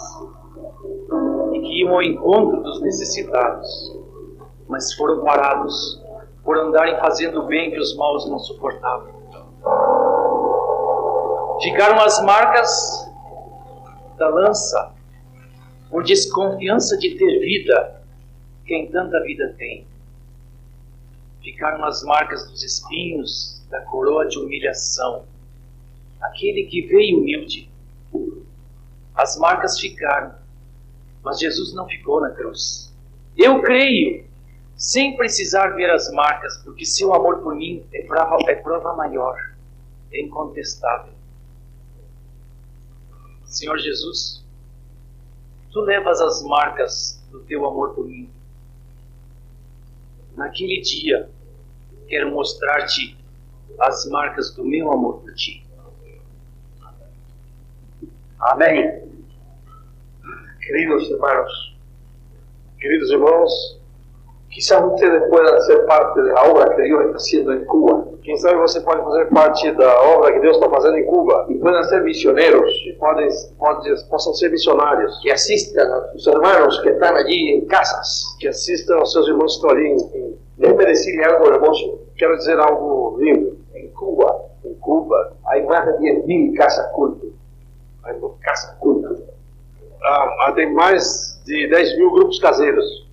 e que iam ao encontro dos necessitados mas foram parados por andarem fazendo o bem que os maus não suportavam. Ficaram as marcas da lança por desconfiança de ter vida quem tanta vida tem. Ficaram as marcas dos espinhos da coroa de humilhação, aquele que veio humilde. As marcas ficaram, mas Jesus não ficou na cruz. Eu creio sem precisar ver as marcas, porque seu amor por mim é prova, é prova maior, é incontestável. Senhor Jesus, tu levas as marcas do teu amor por mim. Naquele dia, quero mostrar-te as marcas do meu amor por ti.
Amém.
Queridos hermanos,
Queridos irmãos,
quizás ustedes puedan ser parte de la obra que Dios está haciendo en Cuba
quem sabe você pode fazer parte da obra que Deus está fazendo em Cuba.
y puedan ser misioneros
E podem, pode, possam ser missionários.
que asistan a sus hermanos que están allí en casas.
Que assistam aos seus irmãos que estão ali. em- em-
Déjeme decirle algo hermoso.
Quero dizer algo lindo.
En Cuba, en Cuba, hay más de 10.000 casas cultas. Hay dos casas cultas.
Ah, ah, tem mais de 10 mil grupos caseiros.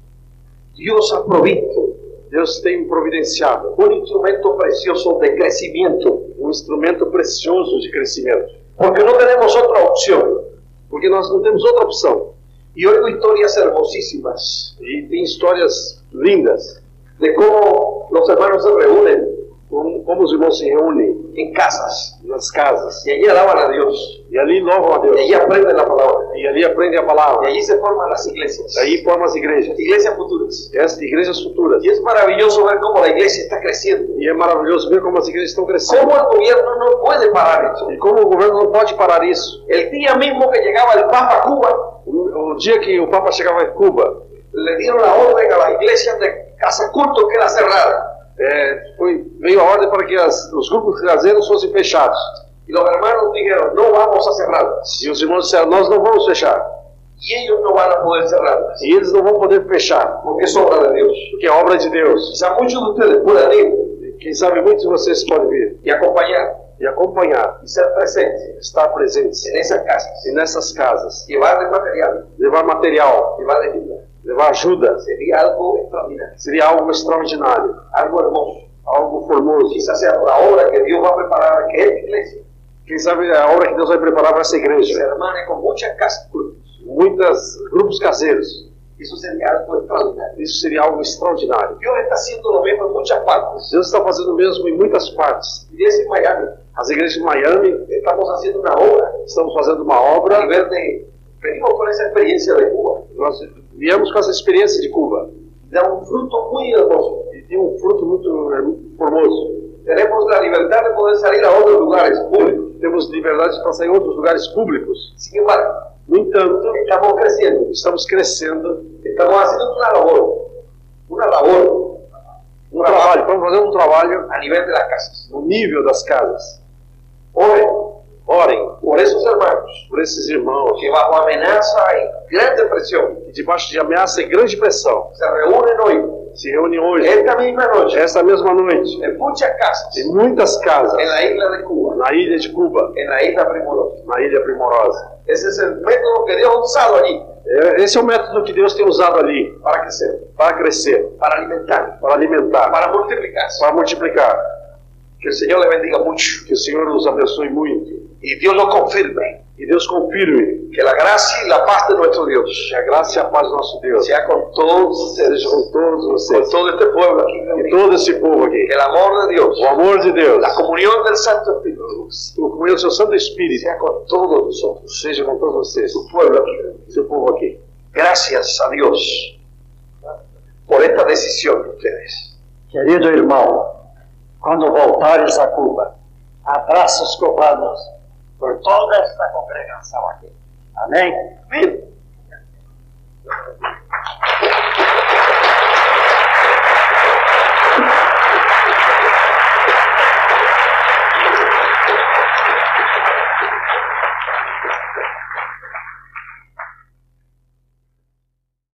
Dios ha provisto
Deus tem providenciado
un instrumento precioso de crecimiento,
um instrumento precioso de crescimento.
porque no tenemos otra opción.
Porque nós não temos outra opção.
Y oigo historias hermosísimas
E tem histórias lindas.
de cómo los hermanos se reúnen
Como, como os irmãos se reúnem
en casas
nas casas.
y allí alaban a Dios,
E ali louvam a
y allí
Deus.
aprenden la palabra,
E ali aprendem a
y
palavra.
allí se forman las iglesias,
Aí formam as igrejas.
iglesias futuras.
Essas igrejas futuras.
Y es maravilloso ver cómo la iglesia está creciendo,
E é maravilhoso ver como as igrejas estão crescendo.
cómo el gobierno no puede parar esto.
E como o governo não pode parar isso.
El día mismo que llegaba el Papa a Cuba,
O o dia que o Papa chegava em Cuba,
le dieron la orden a las iglesias de casa culto que era cerrada.
é, foi, veio a ordem para que as, os grupos caseiros fossem fechados.
Y los hermanos dijeron, no vamos a cerrarlas.
E os irmãos disseram: Nós não vamos fechar.
Y ellos no van a poder cerrarlas.
E eles não vão poder fechar,
Porque es obra de Dios.
porque é obra de Deus.
Quizá muchos de ustedes puedan ir
Quem sabe muitos de vocês podem vir
y acompañar
e acompanhar,
y ser presentes
estar presentes
en esas É casas.
e nessas casas,
Llevar el material,
levar material,
llevar ayuda.
levar ajuda.
Sería algo extraordinario,
Seria algo extraordinário,
algo hermoso.
algo formoso.
Quizás sea la obra que Dios va a preparar, que es la iglesia.
Quem sabe a obra que Deus vai preparar para essa
Se
igreja.
hermane con muchas casas.
Muitos grupos caseiros.
Eso sería algo extraordinario.
Isso seria algo extraordinário.
Dios está haciendo lo mismo en muchas partes.
Deus está fazendo o mesmo em muitas partes.
Iglesia en Miami,
As igrejas de Miami
estamos haciendo una obra
estamos fazendo uma
a
obra.
nivel de. Venimos con esa experiencia de Cuba.
Nós viemos com essa experiência de Cuba
Da un É um fruto muy hermoso.
e tem um fruto muito, é, muito formoso.
Tenemos la libertad de poder salir a otros lugares públicos.
Temos liberdade para sair em outros lugares públicos.
Sin embargo,
No entanto,
estamos creciendo.
estamos crescendo
Estamos haciendo una labor, una labor
um trabalho. Estamos fazendo um trabalho
a nivel de las casas.
no nível das casas.
Oren
Orem
por esos hermanos
por esses irmãos
que bajo amenaza y gran depresión
que, debaixo de ameaça e grande pressão,
se reúnen hoy,
se reúnem hoje,
esta misma noche,
esta mesma noite,
en muchas casas,
em muitas
en
casas,
la isla de Cuba,
na ilha de Cuba,
en la isla Primorosa.
na Ilha Primorosa.
Ese es el método que Dios ha usado allí
É, Esse é o método que Deus tem usado ali
para crecer,
para crescer,
para alimentar,
para alimentar,
para multiplicarse.
para multiplicar.
Que el Señor le bendiga mucho
Que o Senhor nos abençoe muito.
y Dios lo confirme.
E Deus confirme
Que la gracia y la paz de nuestro Dios
que a graça e a paz do nosso Deus
sea con todos ustedes,
seja com todos
con
vocês
todo este pueblo aquí
e
reunido.
todo esse povo aqui.
Que el amor de Dios,
O amor de Deus,
la comunión del Santo Espíritu,
o comunhão do seu Santo Espírito
sea con todos nosotros,
seja com todos vocês,
su pueblo aquí reunido.
seu povo aqui.
Gracias a Dios por esta decisión de ustedes.
Querido irmão, quando voltares a Cuba, abraça os cubanos por toda esta congregação aqui. Amém?
Amén.